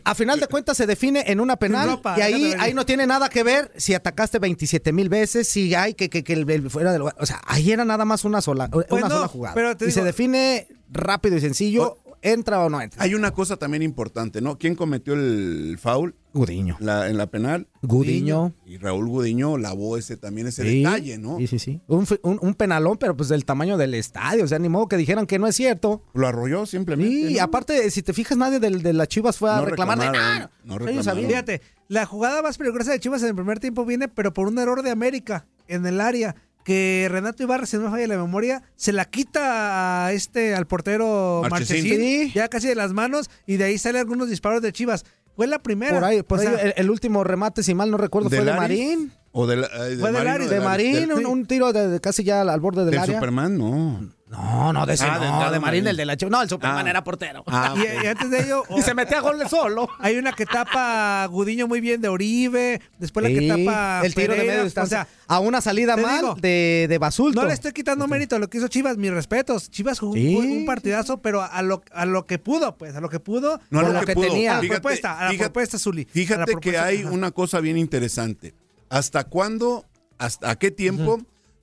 [SPEAKER 7] a final de cuentas se define en una penal
[SPEAKER 1] ropa,
[SPEAKER 7] y ahí,
[SPEAKER 1] déjate venir.
[SPEAKER 7] ahí no tiene nada que ver si atacaste 27 mil veces, si hay que, que, que el, el fuera del lugar. O sea, ahí era nada más una sola,
[SPEAKER 1] Pues
[SPEAKER 7] una
[SPEAKER 6] no,
[SPEAKER 7] sola jugada.
[SPEAKER 6] pero te
[SPEAKER 7] y se
[SPEAKER 6] digo-
[SPEAKER 7] define rápido y sencillo, entra o no entra.
[SPEAKER 6] Hay una cosa también importante, ¿no? ¿Quién cometió el foul?
[SPEAKER 7] Gudiño.
[SPEAKER 6] La, en la penal.
[SPEAKER 7] Gudiño.
[SPEAKER 6] Y Raúl Gudiño lavó ese también ese
[SPEAKER 7] Sí,
[SPEAKER 6] detalle, ¿no?
[SPEAKER 7] Sí, sí, sí. Un, fi- un- un penalón, pero pues del tamaño del estadio. O sea, ni modo que dijeran que no es cierto.
[SPEAKER 6] Lo arrolló simplemente.
[SPEAKER 7] Sí,
[SPEAKER 6] ¿no?
[SPEAKER 7] aparte, si te fijas, nadie del- de las chivas fue a
[SPEAKER 6] No
[SPEAKER 7] reclamarle.
[SPEAKER 6] reclamaron,
[SPEAKER 7] ¡Ah!
[SPEAKER 6] no
[SPEAKER 7] Ellos sabían.
[SPEAKER 1] Fíjate, la jugada más peligrosa de Chivas en el primer tiempo viene, pero por un error de América en el área. Que Renato Ibarra, si no me falla la memoria, se la quita a este, al portero
[SPEAKER 7] Marchesín.
[SPEAKER 1] Marchesín, ya casi de las manos, y de ahí salen algunos disparos de Chivas. Fue la primera.
[SPEAKER 7] Por ahí, por
[SPEAKER 1] O
[SPEAKER 7] ahí,
[SPEAKER 1] sea,
[SPEAKER 7] el, el último remate, si mal no recuerdo, fue de
[SPEAKER 6] Laris?
[SPEAKER 7] Marín.
[SPEAKER 6] ¿O de, la- eh, de
[SPEAKER 7] Fue de
[SPEAKER 6] Marín,
[SPEAKER 7] Laris,
[SPEAKER 6] o
[SPEAKER 7] de
[SPEAKER 6] Laris?
[SPEAKER 7] Marín,
[SPEAKER 6] Del-
[SPEAKER 7] un, un tiro de, de casi ya al, al borde del,
[SPEAKER 6] del
[SPEAKER 7] área.
[SPEAKER 6] Superman, no.
[SPEAKER 7] No, no, de ese
[SPEAKER 6] Ah,
[SPEAKER 7] no,
[SPEAKER 6] del
[SPEAKER 7] de,
[SPEAKER 6] Tano
[SPEAKER 7] Marín,
[SPEAKER 6] Marín.
[SPEAKER 7] del de la Chivas. No, el Superman
[SPEAKER 6] Ah.
[SPEAKER 7] era portero.
[SPEAKER 6] Ah,
[SPEAKER 1] Y, y antes de ello. y se
[SPEAKER 7] metía goles solo.
[SPEAKER 1] Hay una que tapa a Gudiño muy bien de Oribe. Después la que
[SPEAKER 7] Sí,
[SPEAKER 1] tapa. a
[SPEAKER 7] el tiro de
[SPEAKER 1] Pereira,
[SPEAKER 7] medio
[SPEAKER 1] O sea,
[SPEAKER 7] distancia. a una salida
[SPEAKER 1] te
[SPEAKER 7] mal
[SPEAKER 1] digo,
[SPEAKER 7] de, de Basulto.
[SPEAKER 1] no le estoy quitando mérito a lo que hizo Chivas, mis respetos. Chivas jugó
[SPEAKER 7] Sí.
[SPEAKER 1] un, un partidazo, pero a lo, a lo que pudo, pues, a lo que pudo.
[SPEAKER 6] No a
[SPEAKER 1] con
[SPEAKER 6] lo que pudo.
[SPEAKER 1] tenía. A la
[SPEAKER 6] Fíjate,
[SPEAKER 1] propuesta, Ah, a la
[SPEAKER 6] fíjate,
[SPEAKER 1] propuesta, Zuli. A la
[SPEAKER 6] Fíjate que
[SPEAKER 1] propuesta.
[SPEAKER 6] hay una cosa bien interesante. ¿Hasta cuándo, hasta a qué tiempo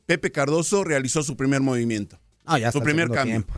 [SPEAKER 6] Pepe Cardoso realizó su primer movimiento?
[SPEAKER 7] Ah, ya hasta
[SPEAKER 6] su
[SPEAKER 7] el
[SPEAKER 6] primer
[SPEAKER 7] segundo
[SPEAKER 6] cambio.
[SPEAKER 7] tiempo.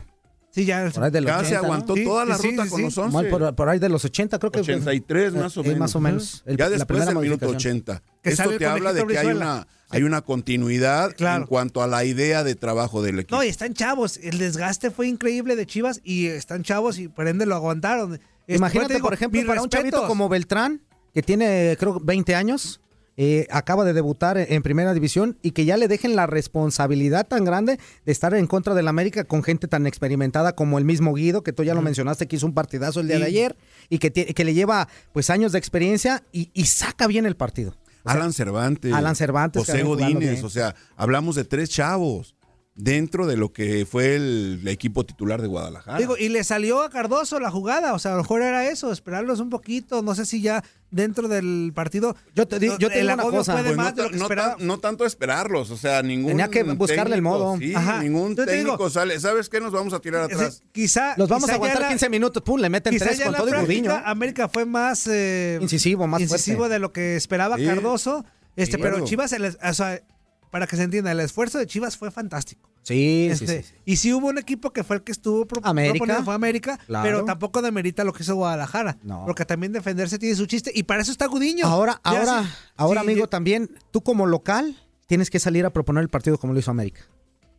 [SPEAKER 1] Sí, ya.
[SPEAKER 7] Por ahí del
[SPEAKER 6] Ya se
[SPEAKER 7] 80, ¿no?
[SPEAKER 6] aguantó toda la ruta con los 11.
[SPEAKER 7] Mal Por, por ahí de los 80, creo que.
[SPEAKER 6] 83 más o
[SPEAKER 7] Eh,
[SPEAKER 6] menos.
[SPEAKER 7] más o menos. El-
[SPEAKER 6] ya
[SPEAKER 7] la
[SPEAKER 6] después
[SPEAKER 7] primera
[SPEAKER 6] del minuto
[SPEAKER 7] modificación.
[SPEAKER 6] 80.
[SPEAKER 7] Que sale
[SPEAKER 6] Esto
[SPEAKER 7] el
[SPEAKER 6] te habla de
[SPEAKER 7] conejito
[SPEAKER 6] que hay
[SPEAKER 7] Brizuela.
[SPEAKER 6] una, hay una continuidad en cuanto a la idea de trabajo del equipo.
[SPEAKER 1] No, y están chavos. El desgaste fue increíble de Chivas y están chavos y por ende lo aguantaron. Es-
[SPEAKER 7] Imagínate,
[SPEAKER 1] te Este, pues, digo,
[SPEAKER 7] por ejemplo,
[SPEAKER 1] mis
[SPEAKER 7] para un chavito
[SPEAKER 1] respetos.
[SPEAKER 7] como Beltrán, que tiene, creo, 20 años, eh, acaba de debutar en primera división y que ya le dejen la responsabilidad tan grande de estar en contra del América con gente tan experimentada como el mismo Guido, que tú ya lo mencionaste, que hizo un partidazo el día de
[SPEAKER 6] Sí.
[SPEAKER 7] ayer y que, tie- que le lleva pues años de experiencia y, y saca bien el partido. O sea,
[SPEAKER 6] Alan Cervantes.
[SPEAKER 7] Alan Cervantes, que
[SPEAKER 6] José
[SPEAKER 7] había jugado
[SPEAKER 6] Godínez.
[SPEAKER 7] bien.
[SPEAKER 6] O sea, hablamos de tres chavos dentro de lo que fue el, equipo titular de Guadalajara.
[SPEAKER 1] Digo, y le salió a Cardoso la jugada, o sea, a lo mejor era eso, esperarlos un poquito, no sé si ya dentro del partido.
[SPEAKER 7] Yo te,
[SPEAKER 6] yo te digo una cosa.
[SPEAKER 1] fue de
[SPEAKER 6] Pues no
[SPEAKER 1] más de
[SPEAKER 6] ta-
[SPEAKER 1] lo que
[SPEAKER 6] no
[SPEAKER 1] esperaba.
[SPEAKER 6] No tanto esperarlos, o sea, ningún.
[SPEAKER 7] Tenía que buscarle el
[SPEAKER 6] técnico,
[SPEAKER 7] modo.
[SPEAKER 6] sí,
[SPEAKER 7] Ajá.
[SPEAKER 6] ningún
[SPEAKER 7] Yo te
[SPEAKER 6] técnico
[SPEAKER 7] digo-
[SPEAKER 6] sale. ¿Sabes qué? Nos vamos a tirar atrás.
[SPEAKER 1] Quizá
[SPEAKER 7] los vamos a
[SPEAKER 1] quizá ya
[SPEAKER 7] aguantar
[SPEAKER 1] la-
[SPEAKER 7] 15 minutos, pum, le meten
[SPEAKER 1] Quizá
[SPEAKER 7] tres
[SPEAKER 1] ya en
[SPEAKER 7] con
[SPEAKER 1] la
[SPEAKER 7] todo y
[SPEAKER 1] práctica,
[SPEAKER 7] Gudiño.
[SPEAKER 1] América fue más eh,
[SPEAKER 7] Incisivo, más fuerte.
[SPEAKER 1] incisivo de lo que esperaba
[SPEAKER 7] Sí.
[SPEAKER 1] Cardoso, este,
[SPEAKER 7] Sí,
[SPEAKER 1] pero
[SPEAKER 7] claro.
[SPEAKER 1] Chivas, el es- o sea, para que se entienda, el esfuerzo de Chivas fue fantástico.
[SPEAKER 7] Sí, sí,
[SPEAKER 1] Este,
[SPEAKER 7] sí, sí.
[SPEAKER 1] Y sí hubo un equipo que fue el que estuvo pro-
[SPEAKER 7] América.
[SPEAKER 1] proponiendo, fue América,
[SPEAKER 7] Claro.
[SPEAKER 1] pero tampoco demerita lo que hizo Guadalajara.
[SPEAKER 7] No.
[SPEAKER 1] Porque también defenderse tiene su chiste y para eso está Gudiño.
[SPEAKER 7] Ahora,
[SPEAKER 1] Ya
[SPEAKER 7] ahora,
[SPEAKER 1] sí-
[SPEAKER 7] ahora,
[SPEAKER 1] sí,
[SPEAKER 7] amigo, también tú como local tienes que salir a proponer el partido como lo hizo América.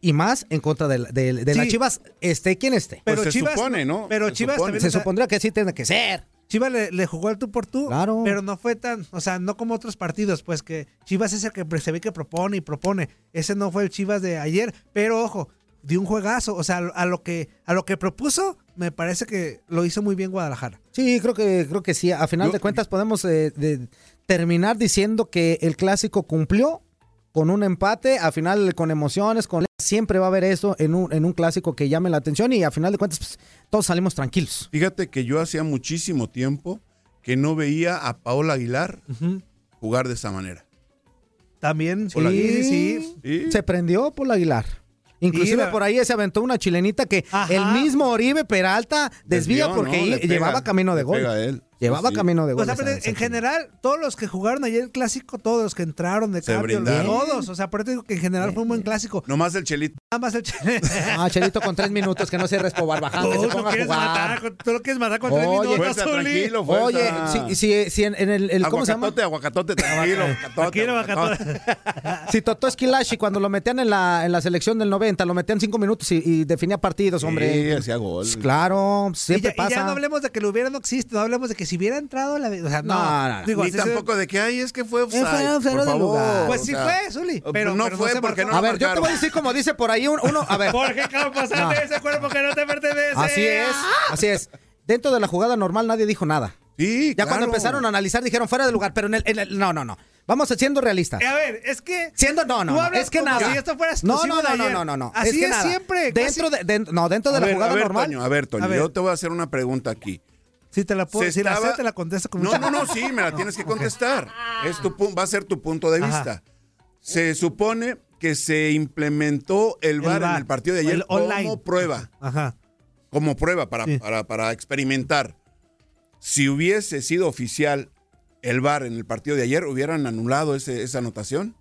[SPEAKER 7] Y más en contra de, la- de- de las
[SPEAKER 1] Sí.
[SPEAKER 7] Chivas, esté quien esté.
[SPEAKER 1] Pero Pues se Chivas- supone, ¿no? pero Se Chivas supone. también,
[SPEAKER 7] se
[SPEAKER 1] o sea-
[SPEAKER 7] supondría que sí tiene que ser.
[SPEAKER 1] Chivas le, le jugó al tú por tú,
[SPEAKER 7] Claro.
[SPEAKER 1] pero no fue tan, o sea, no como otros partidos, pues que Chivas es el que se ve que propone y propone. Ese no fue el Chivas de ayer, pero ojo, dio un juegazo, o sea, a lo que a lo que propuso, me parece que lo hizo muy bien Guadalajara.
[SPEAKER 7] Sí, creo que creo que sí. A final de cuentas podemos eh, de- terminar diciendo que el clásico cumplió con un empate. A final con emociones, con siempre va a haber eso en un, en un clásico que llame la atención y a final de cuentas pues, todos salimos tranquilos.
[SPEAKER 6] Fíjate que yo hacía muchísimo tiempo que no veía a Paola Aguilar jugar de esa manera.
[SPEAKER 1] También,
[SPEAKER 6] Hola,
[SPEAKER 7] sí,
[SPEAKER 6] Aguilar.
[SPEAKER 7] sí.
[SPEAKER 6] Sí.
[SPEAKER 7] Se prendió por Aguilar. Inclusive
[SPEAKER 1] la-
[SPEAKER 7] por ahí se aventó una chilenita que el mismo Oribe Peralta desvía
[SPEAKER 6] Desvió,
[SPEAKER 7] porque
[SPEAKER 6] ¿no?
[SPEAKER 7] i-
[SPEAKER 6] Le pega,
[SPEAKER 7] llevaba camino de
[SPEAKER 6] le
[SPEAKER 7] gol.
[SPEAKER 6] pega a él.
[SPEAKER 7] Llevaba
[SPEAKER 6] Sí, sí.
[SPEAKER 7] camino de
[SPEAKER 1] O
[SPEAKER 7] gol.
[SPEAKER 1] sea,
[SPEAKER 7] esa-
[SPEAKER 1] pero en general, todos los que jugaron ayer el clásico, todos los que entraron de
[SPEAKER 6] Se
[SPEAKER 1] cambio,
[SPEAKER 6] brindaron.
[SPEAKER 1] todos, o sea, por eso digo que en general fue un buen clásico.
[SPEAKER 6] Nomás el Chelito.
[SPEAKER 1] Nada más el Chelito.
[SPEAKER 7] Ah, Chelito con tres minutos que no se respobar bajando,
[SPEAKER 1] Tú
[SPEAKER 7] se
[SPEAKER 1] lo
[SPEAKER 7] ponga a
[SPEAKER 1] quieres
[SPEAKER 7] jugar.
[SPEAKER 1] matar con- tú lo quieres matar con tres minutos, Zuli.
[SPEAKER 7] Oye, si, si, si en, en el, el- ¿cómo se llama?
[SPEAKER 6] Aguacatote, aguacatote, tranquilo. aguacatote, aguacatote.
[SPEAKER 7] Si Totó Esquilachi cuando lo metían en la, en la selección del 90, lo metían cinco minutos y, y definía partidos,
[SPEAKER 6] Sí,
[SPEAKER 7] hombre. Pues
[SPEAKER 6] hacía gol.
[SPEAKER 7] Claro, siempre
[SPEAKER 1] y ya, y
[SPEAKER 7] pasa.
[SPEAKER 1] ya no hablemos de que lo hubiera no existe, no hablemos de que si hubiera entrado la. O sea, no,
[SPEAKER 7] No, no, no.
[SPEAKER 6] Ni tampoco de que, ay, es que fue offside.
[SPEAKER 7] fuera- fuera
[SPEAKER 6] por
[SPEAKER 7] de
[SPEAKER 6] favor.
[SPEAKER 7] lugar.
[SPEAKER 1] Pues sí
[SPEAKER 6] O sea, eh,
[SPEAKER 1] fue, Zuli. Pero
[SPEAKER 6] no
[SPEAKER 1] pero
[SPEAKER 6] fue
[SPEAKER 1] se
[SPEAKER 6] porque
[SPEAKER 1] marcó.
[SPEAKER 6] no
[SPEAKER 7] a ver, yo te voy a decir como dice por ahí un- uno, a ver.
[SPEAKER 1] Jorge Campos,
[SPEAKER 7] No.
[SPEAKER 1] salte de ese cuerpo que no te pertenece.
[SPEAKER 7] Así es, así es. Dentro de la jugada normal nadie dijo nada.
[SPEAKER 6] Sí,
[SPEAKER 7] Ya
[SPEAKER 6] claro.
[SPEAKER 7] cuando empezaron a analizar dijeron fuera de lugar, pero en el, en el- no, no, no. Vamos siendo realistas.
[SPEAKER 1] A ver, es que.
[SPEAKER 7] Siendo, no, no,
[SPEAKER 1] Tú
[SPEAKER 7] no,
[SPEAKER 1] hablas
[SPEAKER 7] es que
[SPEAKER 1] como
[SPEAKER 7] nada.
[SPEAKER 1] si esto fuera
[SPEAKER 7] no,
[SPEAKER 1] exclusivo
[SPEAKER 7] no,
[SPEAKER 1] de
[SPEAKER 7] no, no,
[SPEAKER 1] ayer.
[SPEAKER 7] no, no, no.
[SPEAKER 1] Así
[SPEAKER 7] que
[SPEAKER 1] es
[SPEAKER 7] nada.
[SPEAKER 1] siempre,
[SPEAKER 7] Dentro
[SPEAKER 1] casi-
[SPEAKER 7] de, de- no, dentro de
[SPEAKER 6] A
[SPEAKER 7] la
[SPEAKER 6] ver,
[SPEAKER 7] jugada
[SPEAKER 6] a ver,
[SPEAKER 7] normal.
[SPEAKER 6] Toño, a ver, Toño,
[SPEAKER 7] A ver.
[SPEAKER 6] yo te voy a hacer una pregunta aquí.
[SPEAKER 1] Si te la puedo,
[SPEAKER 6] Se
[SPEAKER 1] si la
[SPEAKER 6] estaba-
[SPEAKER 1] sé, te la contesto con
[SPEAKER 6] No,
[SPEAKER 1] mucha-
[SPEAKER 6] no, no, sí, me la
[SPEAKER 1] No,
[SPEAKER 6] tienes que
[SPEAKER 1] ok.
[SPEAKER 6] contestar. Es tu pu- va a ser tu punto de vista.
[SPEAKER 1] Ajá.
[SPEAKER 6] Se supone que se implementó el VAR en
[SPEAKER 1] VAR,
[SPEAKER 6] el partido de ayer
[SPEAKER 1] el online.
[SPEAKER 6] como prueba,
[SPEAKER 1] Ajá.
[SPEAKER 6] como prueba para, para, para experimentar. Si hubiese sido oficial el VAR en el partido de ayer, ¿hubieran anulado ese- esa anotación?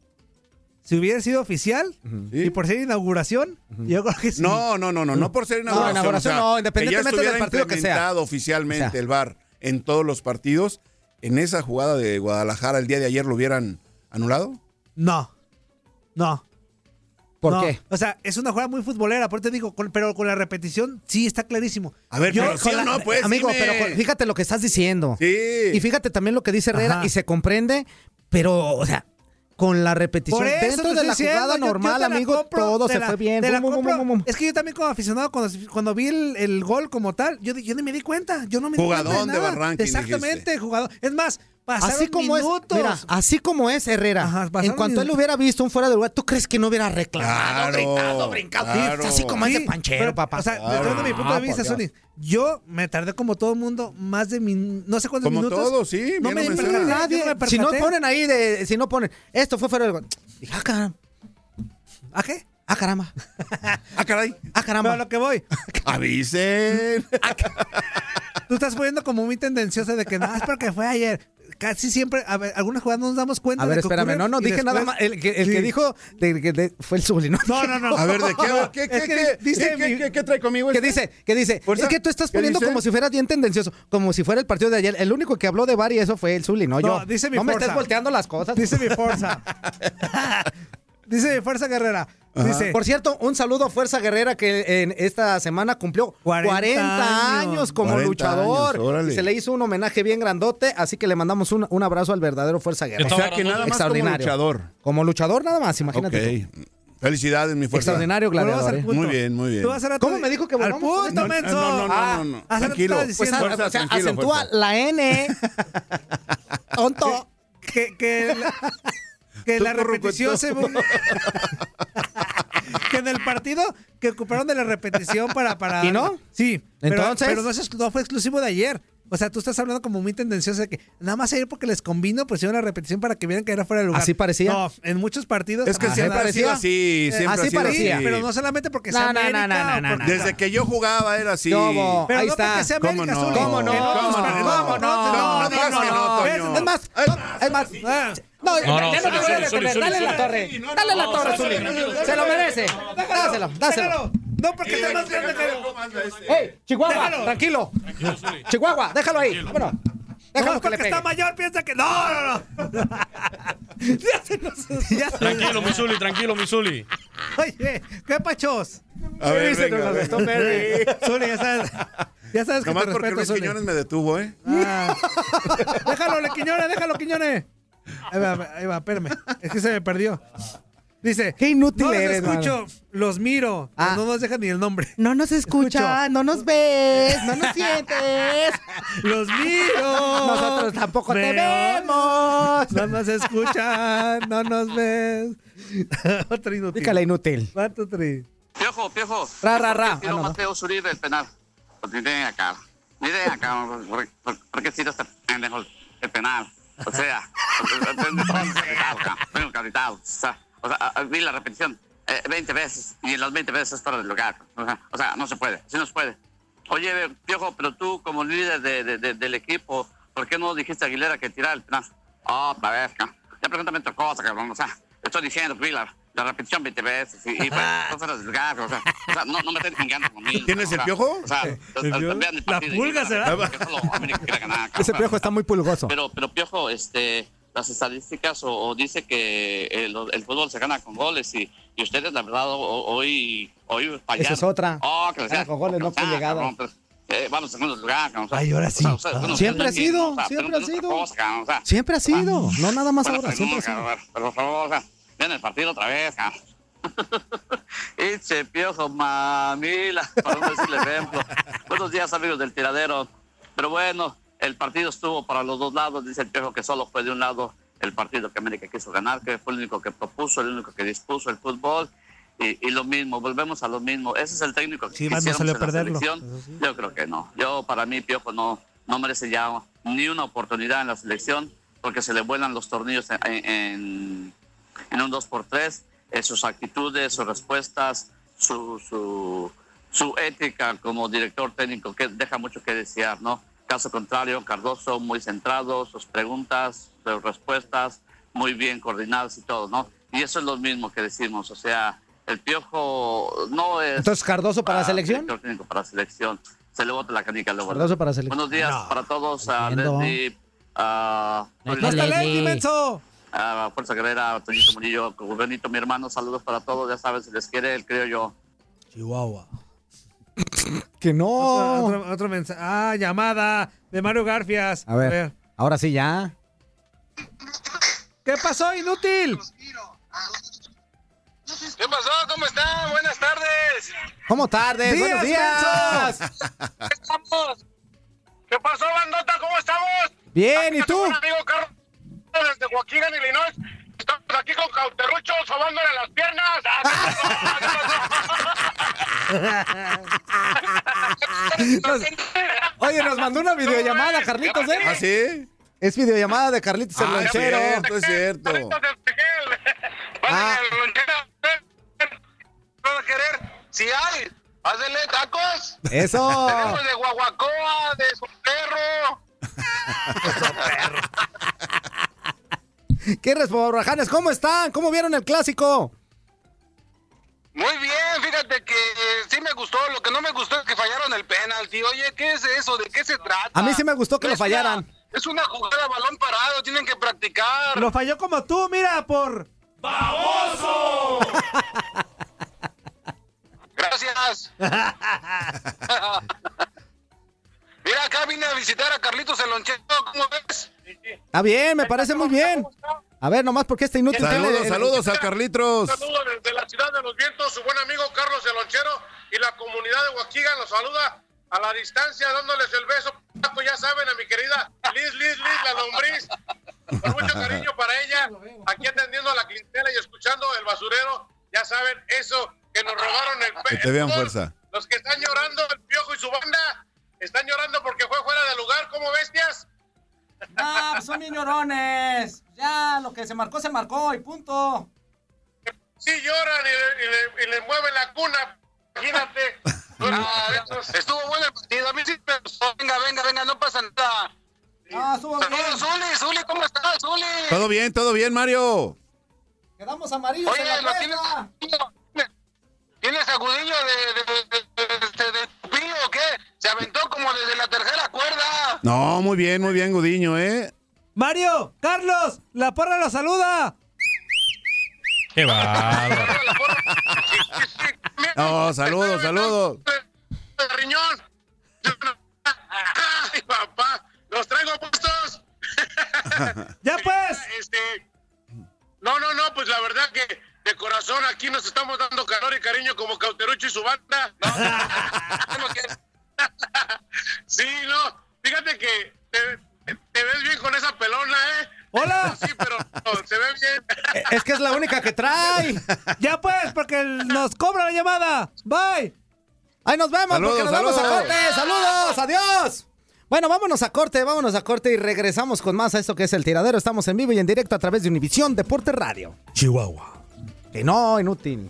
[SPEAKER 1] Si hubiera sido oficial y por ser inauguración, yo creo que sí.
[SPEAKER 6] No, no, no, no, no por ser inauguración. o sea, que ya estuviera implementado oficialmente
[SPEAKER 1] O sea.
[SPEAKER 6] el VAR en todos los partidos, en esa jugada de Guadalajara el día de ayer lo hubieran anulado.
[SPEAKER 1] No. No.
[SPEAKER 6] ¿Por
[SPEAKER 1] No.
[SPEAKER 6] qué?
[SPEAKER 1] O sea, es una jugada muy futbolera, por eso te digo, con- pero con la repetición sí está clarísimo.
[SPEAKER 6] A ver, pero sí
[SPEAKER 1] con
[SPEAKER 6] o no, pues,
[SPEAKER 7] Amigo,
[SPEAKER 6] dime.
[SPEAKER 7] pero con- fíjate lo que estás diciendo.
[SPEAKER 6] Sí.
[SPEAKER 7] Y fíjate también lo que dice Herrera
[SPEAKER 1] Ajá.
[SPEAKER 7] y se comprende, pero, o sea, con la repetición
[SPEAKER 1] Por eso
[SPEAKER 7] dentro
[SPEAKER 1] te
[SPEAKER 7] de
[SPEAKER 1] estoy
[SPEAKER 7] la
[SPEAKER 1] diciendo,
[SPEAKER 7] jugada
[SPEAKER 1] yo- yo
[SPEAKER 7] normal,
[SPEAKER 1] te la
[SPEAKER 7] amigo,
[SPEAKER 1] compro,
[SPEAKER 7] todo
[SPEAKER 1] te
[SPEAKER 7] se
[SPEAKER 1] la-
[SPEAKER 7] fue bien.
[SPEAKER 1] te la
[SPEAKER 7] Bum, bum, bum,
[SPEAKER 1] compro.
[SPEAKER 7] bum, bum.
[SPEAKER 1] Es que yo también como aficionado, cuando, cuando vi el, el gol como tal, yo, di- yo ni me di cuenta. Yo no me
[SPEAKER 6] Jugadón
[SPEAKER 1] di cuenta
[SPEAKER 6] de
[SPEAKER 1] nada.
[SPEAKER 6] Barranquín,
[SPEAKER 1] Exactamente, jugador. Es más, pasaron
[SPEAKER 7] Así como
[SPEAKER 1] minutos.
[SPEAKER 7] es, mira, así como es Herrera. en
[SPEAKER 1] pasaron
[SPEAKER 7] cuanto él
[SPEAKER 1] minutos.
[SPEAKER 7] hubiera visto un fuera de lugar, ¿tú crees que no hubiera reclamado,
[SPEAKER 1] Claro,
[SPEAKER 7] gritado, brincado?
[SPEAKER 1] claro. Ah,
[SPEAKER 7] Así como es de
[SPEAKER 1] Sí,
[SPEAKER 7] panchero,
[SPEAKER 1] pero,
[SPEAKER 7] papá. Ah,
[SPEAKER 1] O sea, desde mi punto de vista, Sony, yo me tardé como todo el mundo más de min- no sé cuántos
[SPEAKER 7] Como
[SPEAKER 1] minutos.
[SPEAKER 7] todos, sí,
[SPEAKER 1] No
[SPEAKER 7] bien
[SPEAKER 1] me
[SPEAKER 7] lo
[SPEAKER 1] percaté,
[SPEAKER 7] mencionas.
[SPEAKER 1] yo no me
[SPEAKER 7] Si no
[SPEAKER 1] percaté.
[SPEAKER 7] ponen ahí, de, si no ponen, esto fue fuera de lugar. Dije, ah, caramba.
[SPEAKER 1] ¿A qué?
[SPEAKER 7] Ah, caramba.
[SPEAKER 6] ah, caray.
[SPEAKER 7] Ah, caramba.
[SPEAKER 1] Pero a lo que voy.
[SPEAKER 6] Avisen.
[SPEAKER 1] Ah, Tú estás poniendo como muy tendenciosa de que no, es porque fue ayer. Casi siempre, a ver, algunas jugadas no nos damos cuenta.
[SPEAKER 7] A ver,
[SPEAKER 1] de que
[SPEAKER 7] espérame, no,
[SPEAKER 1] ocurren
[SPEAKER 7] no,
[SPEAKER 1] y
[SPEAKER 7] dije
[SPEAKER 1] después-
[SPEAKER 7] nada más. El que, el que
[SPEAKER 1] Sí.
[SPEAKER 7] dijo de- que de- fue el sobrino.
[SPEAKER 1] No, no, no.
[SPEAKER 6] A ver, ¿de qué? A ver, ¿qué- qué-
[SPEAKER 7] Es que
[SPEAKER 6] qué-
[SPEAKER 7] dice
[SPEAKER 6] qué-
[SPEAKER 7] mi-
[SPEAKER 6] qué- qué trae conmigo
[SPEAKER 7] Que
[SPEAKER 6] este?
[SPEAKER 7] dice, que dice,
[SPEAKER 6] Fuerza,
[SPEAKER 7] es que tú estás
[SPEAKER 6] ¿qué
[SPEAKER 7] poniendo
[SPEAKER 6] dice?
[SPEAKER 7] como si fueras bien tendencioso, como si fuera el partido de ayer. El único que habló de Bari eso fue el Zuli, no Oh, yo.
[SPEAKER 1] No, dice mi
[SPEAKER 7] no me estés
[SPEAKER 1] Forza.
[SPEAKER 7] volteando las cosas.
[SPEAKER 1] Dice mi Forza. dice mi Fuerza Guerrera. Dice,
[SPEAKER 7] Por cierto, un saludo a Fuerza Guerrera que en esta semana cumplió 40, años,
[SPEAKER 1] años.
[SPEAKER 7] como
[SPEAKER 1] 40
[SPEAKER 7] luchador.
[SPEAKER 1] años, órale.
[SPEAKER 7] y se le hizo un homenaje bien grandote, así que le mandamos un, un abrazo al verdadero Fuerza Guerrera.
[SPEAKER 6] O sea que nada más como
[SPEAKER 7] Extraordinario.
[SPEAKER 6] luchador.
[SPEAKER 7] Como luchador nada más, imagínate. tú.
[SPEAKER 6] Ok. Felicidades, mi fuerza.
[SPEAKER 7] Extraordinario gladiador, Volvamos al eh. punto.
[SPEAKER 6] Muy bien, muy bien.
[SPEAKER 7] Tú vas a rato
[SPEAKER 1] ¿Cómo
[SPEAKER 7] de-
[SPEAKER 1] me dijo que
[SPEAKER 7] al
[SPEAKER 1] volvamos?
[SPEAKER 7] punto,
[SPEAKER 1] No, no,
[SPEAKER 7] menso.
[SPEAKER 6] no, no, no,
[SPEAKER 7] Ah,
[SPEAKER 6] no, no.
[SPEAKER 7] ah,
[SPEAKER 6] Tranquilo.
[SPEAKER 7] pues,
[SPEAKER 6] Fuerza,
[SPEAKER 7] ah,
[SPEAKER 6] fuerza,
[SPEAKER 7] o sea,
[SPEAKER 6] tranquilo,
[SPEAKER 7] acentúa
[SPEAKER 6] fuerza.
[SPEAKER 7] la N. Tonto.
[SPEAKER 1] Eh, que, que la, que la repetición se... que en el partido que ocuparon de la repetición para... para
[SPEAKER 7] ¿Y no?
[SPEAKER 1] Sí.
[SPEAKER 7] Entonces.
[SPEAKER 1] Pero, pero no, es- no fue exclusivo de ayer. O sea, tú estás hablando como muy tendencioso de que nada más ayer porque les combino, pues hicieron la repetición para que vieran que era fuera de lugar.
[SPEAKER 7] Así parecía.
[SPEAKER 1] No, en muchos partidos...
[SPEAKER 6] Es que
[SPEAKER 1] así
[SPEAKER 6] siempre ha sido así, siempre ha sido así.
[SPEAKER 1] Pero no solamente porque
[SPEAKER 7] No,
[SPEAKER 1] sea
[SPEAKER 7] no, no,
[SPEAKER 1] América
[SPEAKER 7] no, no,
[SPEAKER 1] o
[SPEAKER 7] no,
[SPEAKER 1] porque-
[SPEAKER 6] Desde que yo jugaba era así.
[SPEAKER 7] ¿Qué hubo?
[SPEAKER 1] Pero
[SPEAKER 7] Ahí
[SPEAKER 1] no
[SPEAKER 7] está.
[SPEAKER 1] porque sea
[SPEAKER 6] ¿Cómo
[SPEAKER 1] América,
[SPEAKER 6] no?
[SPEAKER 1] Zuli.
[SPEAKER 6] ¿Cómo no?
[SPEAKER 1] En otros
[SPEAKER 6] ¿Cómo
[SPEAKER 1] partidos-
[SPEAKER 6] no?
[SPEAKER 1] ¿Cómo no?
[SPEAKER 6] No, no digas que no,
[SPEAKER 1] ¿Ves?
[SPEAKER 6] Toño.
[SPEAKER 1] Es más, Ah.
[SPEAKER 7] es más. No, ya- ya no te voy a detener. Dale la torre. Dale la torre, Zuli. Se lo merece. Dáselo, dáselo.
[SPEAKER 1] No, porque está más grande que
[SPEAKER 7] ¡Ey, Chihuahua!
[SPEAKER 1] Déjalo.
[SPEAKER 7] Tranquilo. Chihuahua, déjalo ahí. Bueno, déjalo que le
[SPEAKER 1] Porque
[SPEAKER 7] pegue.
[SPEAKER 1] está mayor, piensa que. ¡No, no, no! Ya se nos- ya se-
[SPEAKER 8] Tranquilo, Misuli, tranquilo, Misuli.
[SPEAKER 1] Oye, ¿qué pachos?
[SPEAKER 6] A ver,
[SPEAKER 1] Dice
[SPEAKER 6] venga,
[SPEAKER 1] que
[SPEAKER 6] a
[SPEAKER 1] nos
[SPEAKER 6] ver.
[SPEAKER 1] gastó Merry. Zuli, ya sabes. Ya sabes que
[SPEAKER 6] Nomás
[SPEAKER 1] te
[SPEAKER 6] porque
[SPEAKER 1] respeto,
[SPEAKER 6] Luis
[SPEAKER 1] Zuli.
[SPEAKER 6] Quiñones me detuvo, ¿eh?
[SPEAKER 1] Ah. Déjalo, le Quiñones, déjalo, Quiñones. Ahí va, ahí va, espérame. Es que se me perdió. Dice,
[SPEAKER 7] Qué inútil
[SPEAKER 1] no los
[SPEAKER 7] eres,
[SPEAKER 1] escucho,
[SPEAKER 7] mano.
[SPEAKER 1] los miro,
[SPEAKER 7] Ah.
[SPEAKER 1] no nos dejan ni el nombre.
[SPEAKER 7] No nos escucha, no nos ves, no nos sientes.
[SPEAKER 1] Los miro.
[SPEAKER 7] Nosotros tampoco te
[SPEAKER 1] vemos. No nos escuchan, no nos ves. Otra inútil.
[SPEAKER 7] Dígale inútil.
[SPEAKER 1] Va, tú, Tri.
[SPEAKER 14] Piojo, piojo.
[SPEAKER 7] Ra, ra,
[SPEAKER 14] ¿Por qué
[SPEAKER 7] ra.
[SPEAKER 14] tiró
[SPEAKER 7] Ah, no, no.
[SPEAKER 14] Mateo Zuribe el penal? Pues miren acá. Miren acá. ¿Por, por, por qué tiró este pendejo el penal? O sea, tengo capitado. O sea, o sea, a- a- vi la repetición eh, 20 veces y en las 20 veces fuera del lugar. O sea, o sea, no se puede, sí no se puede. Oye, Piojo, pero tú como líder de, de- de- del equipo, ¿por qué no dijiste a Aguilera que tirara el penal? Ah, oh, para ver, ca- ya pregúntame otra cosa, cabrón. O sea, estoy diciendo, vi la, la repetición 20 veces y, pues, y fuera fuera del lugar. O sea, o sea, no, no me estén chingando conmigo.
[SPEAKER 6] ¿Tienes
[SPEAKER 14] o
[SPEAKER 6] el
[SPEAKER 14] sea,
[SPEAKER 6] piojo?
[SPEAKER 14] O sea, vean el partido y vean la repetición, solo América quiere ganar,
[SPEAKER 7] Ese
[SPEAKER 14] cabrón.
[SPEAKER 7] piojo está muy pulgoso.
[SPEAKER 14] Pero, pero Piojo, este, las estadísticas o, o dice que el, el fútbol se gana con goles y, y ustedes, la verdad, ho- hoy, hoy fallaron.
[SPEAKER 7] Esa es otra.
[SPEAKER 14] Oh, que les
[SPEAKER 7] Gana con goles, no con llegadas.
[SPEAKER 14] pues, eh, vamos en segundo lugar. cabrón, o sea,
[SPEAKER 7] Ay, ahora sí.
[SPEAKER 14] o sea, o sea, ustedes
[SPEAKER 7] Siempre
[SPEAKER 14] no
[SPEAKER 7] ha sido,
[SPEAKER 14] entienden, o sea,
[SPEAKER 7] siempre ha
[SPEAKER 14] pero-
[SPEAKER 7] sido.
[SPEAKER 14] pero otra cosa, cabrón, o sea,
[SPEAKER 7] Siempre ha sido, no nada más
[SPEAKER 14] bueno,
[SPEAKER 7] ahora,
[SPEAKER 14] pues,
[SPEAKER 7] siempre ha
[SPEAKER 14] no,
[SPEAKER 7] sido.
[SPEAKER 14] Ah, cabrón, Por favor, o sea, vean el partido otra vez, cabrón. Eche piojo, mamila, para no decirle ejemplo. Buenos días, amigos del tiradero. Pero bueno, el partido estuvo para los dos lados, dice el piojo que solo fue de un lado. el partido que América quiso ganar, que fue el único que propuso, el único que dispuso el fútbol. Y, y lo mismo, volvemos a lo mismo. Ese es el técnico que
[SPEAKER 1] Sí, Iván no
[SPEAKER 14] quisiéramos
[SPEAKER 1] salió a
[SPEAKER 14] en la
[SPEAKER 1] perderlo.
[SPEAKER 14] selección. Yo creo que no. Yo, para mí, Piojo no, no merece ya ni una oportunidad en la selección porque se le vuelan los tornillos en, en- en un 2x3. eh, sus actitudes, sus respuestas, su, su, su ética como director técnico, que deja mucho que desear, ¿no? Caso contrario, Cardoso muy centrado, sus preguntas, sus respuestas muy bien coordinadas y todo, ¿no? Y eso es lo mismo que decimos, o sea, el piojo no es...
[SPEAKER 7] Entonces, Cardoso para
[SPEAKER 14] Ah,
[SPEAKER 7] la selección.
[SPEAKER 14] director técnico para selección. Se le bota la canica luego.
[SPEAKER 7] Cardoso para selección.
[SPEAKER 14] Buenos días para todos, a
[SPEAKER 7] tremendo.
[SPEAKER 14] Leslie, a...
[SPEAKER 7] está Leslie, menso.
[SPEAKER 14] a Fuerza Guerrera, a Toñito Murillo, Benito, mi hermano, saludos para todos, ya saben, si les quiere, el creo yo.
[SPEAKER 1] Chihuahua.
[SPEAKER 7] Que no.
[SPEAKER 1] Otro, otro mensaje. Ah, llamada de Mario Garfias.
[SPEAKER 7] A ver, ahora sí ya.
[SPEAKER 1] ¿Qué pasó, inútil?
[SPEAKER 15] ¿Qué pasó? ¿Cómo están? Buenas tardes.
[SPEAKER 7] ¿Cómo tardes?
[SPEAKER 15] Días,
[SPEAKER 7] Buenos días.
[SPEAKER 15] ¿Qué estamos? ¿Qué pasó, bandota? ¿Cómo estamos?
[SPEAKER 7] Bien, ¿y tú?
[SPEAKER 15] Un amigo Carlos desde Joaquín, Illinois. Estamos aquí con Cauterucho sobándole las piernas.
[SPEAKER 7] Nos- oye, nos mandó una videollamada, Carlitos, ¿eh?
[SPEAKER 6] ¿Ah, sí?
[SPEAKER 7] Es videollamada de Carlitos el
[SPEAKER 6] Ah, es
[SPEAKER 7] Lonchero.
[SPEAKER 6] cierto, es cierto.
[SPEAKER 7] Ah,
[SPEAKER 15] Si hay, hácele tacos.
[SPEAKER 7] Eso.
[SPEAKER 15] Tenemos de guaguacoa, de su perro.
[SPEAKER 7] ¿Qué respobrajanes? ¿Cómo están? ¿Cómo vieron el clásico?
[SPEAKER 15] Muy bien, fíjate que eh, sí me gustó. Lo que no me gustó es que fallaron el penalti. Oye, ¿qué es eso? ¿De qué se trata?
[SPEAKER 7] A mí sí me gustó que lo
[SPEAKER 15] Es una-
[SPEAKER 7] fallaran.
[SPEAKER 15] es una jugada a balón parado, tienen que practicar.
[SPEAKER 1] Lo falló como tú, mira, por.
[SPEAKER 15] ¡Baboso! Gracias. Mira, acá vine a visitar a Carlitos el Lonchero, ¿cómo ves?
[SPEAKER 7] Está bien, me parece muy bien. A ver, nomás porque este inútil. tiene-
[SPEAKER 6] Saludos, saludos a Carlitos.
[SPEAKER 15] Un saludo desde la ciudad de los vientos, su buen amigo Carlos el Lonchero y la comunidad de Huaquiga los saluda a la distancia dándoles el beso. Paco, Ya saben, a mi querida Liz, Liz, Liz, la lombriz. Con mucho cariño para ella, aquí atendiendo a la clientela y escuchando el basurero. Ya saben, eso que nos robaron el pe-
[SPEAKER 6] Que te
[SPEAKER 15] el
[SPEAKER 6] vean
[SPEAKER 15] gol.
[SPEAKER 6] fuerza.
[SPEAKER 15] Los que están llorando, el piojo y su banda, están llorando porque fue fuera de lugar, como bestias.
[SPEAKER 16] Ah, pues son bien llorones. Ya, lo que se marcó, se marcó y punto.
[SPEAKER 15] Sí lloran y le, y le- y le mueven la cuna. Imagínate. estuvo bueno el partido. A mí sí me gustó. Venga, venga, venga, no pasa nada.
[SPEAKER 16] Ah, estuvo
[SPEAKER 15] Saludos, Zuli, Zuli, ¿cómo estás, Zuli?
[SPEAKER 6] Todo bien, todo bien, Mario.
[SPEAKER 16] Quedamos amarillos
[SPEAKER 15] Oye,
[SPEAKER 16] en la
[SPEAKER 15] ¿lo
[SPEAKER 16] cuesta.
[SPEAKER 15] tienes? ¿Tienes agudillo de, de, de- de- de tupillo o qué? Se aventó como desde la tercera cuerda.
[SPEAKER 6] No, muy bien, muy bien, Gudiño, ¿eh?
[SPEAKER 1] Mario, Carlos, la porra lo saluda.
[SPEAKER 6] Qué bárbaro. No, saludos, saludos.
[SPEAKER 15] De riñón. Ay, papá, los traigo puestos.
[SPEAKER 1] ya pues.
[SPEAKER 15] Este, no, no, no, pues la verdad que de corazón aquí nos estamos dando calor y cariño como Cauterucho y su banda. No, sí, no, fíjate que te, te ves bien con esa pelona, ¿eh?
[SPEAKER 1] Hola.
[SPEAKER 15] Sí, pero no, se ve bien.
[SPEAKER 7] Eh,
[SPEAKER 1] Es que es la única que trae. ya pues, porque el- nos cobra la llamada. Bye.
[SPEAKER 7] Ahí nos vemos, porque nos vamos a corte. Saludos, adiós. Bueno, vámonos a corte, vámonos a corte y regresamos con más a esto que es el tiradero. Estamos en vivo y en directo a través de Univisión Deporte Radio.
[SPEAKER 9] Chihuahua.
[SPEAKER 7] Que no, inútil.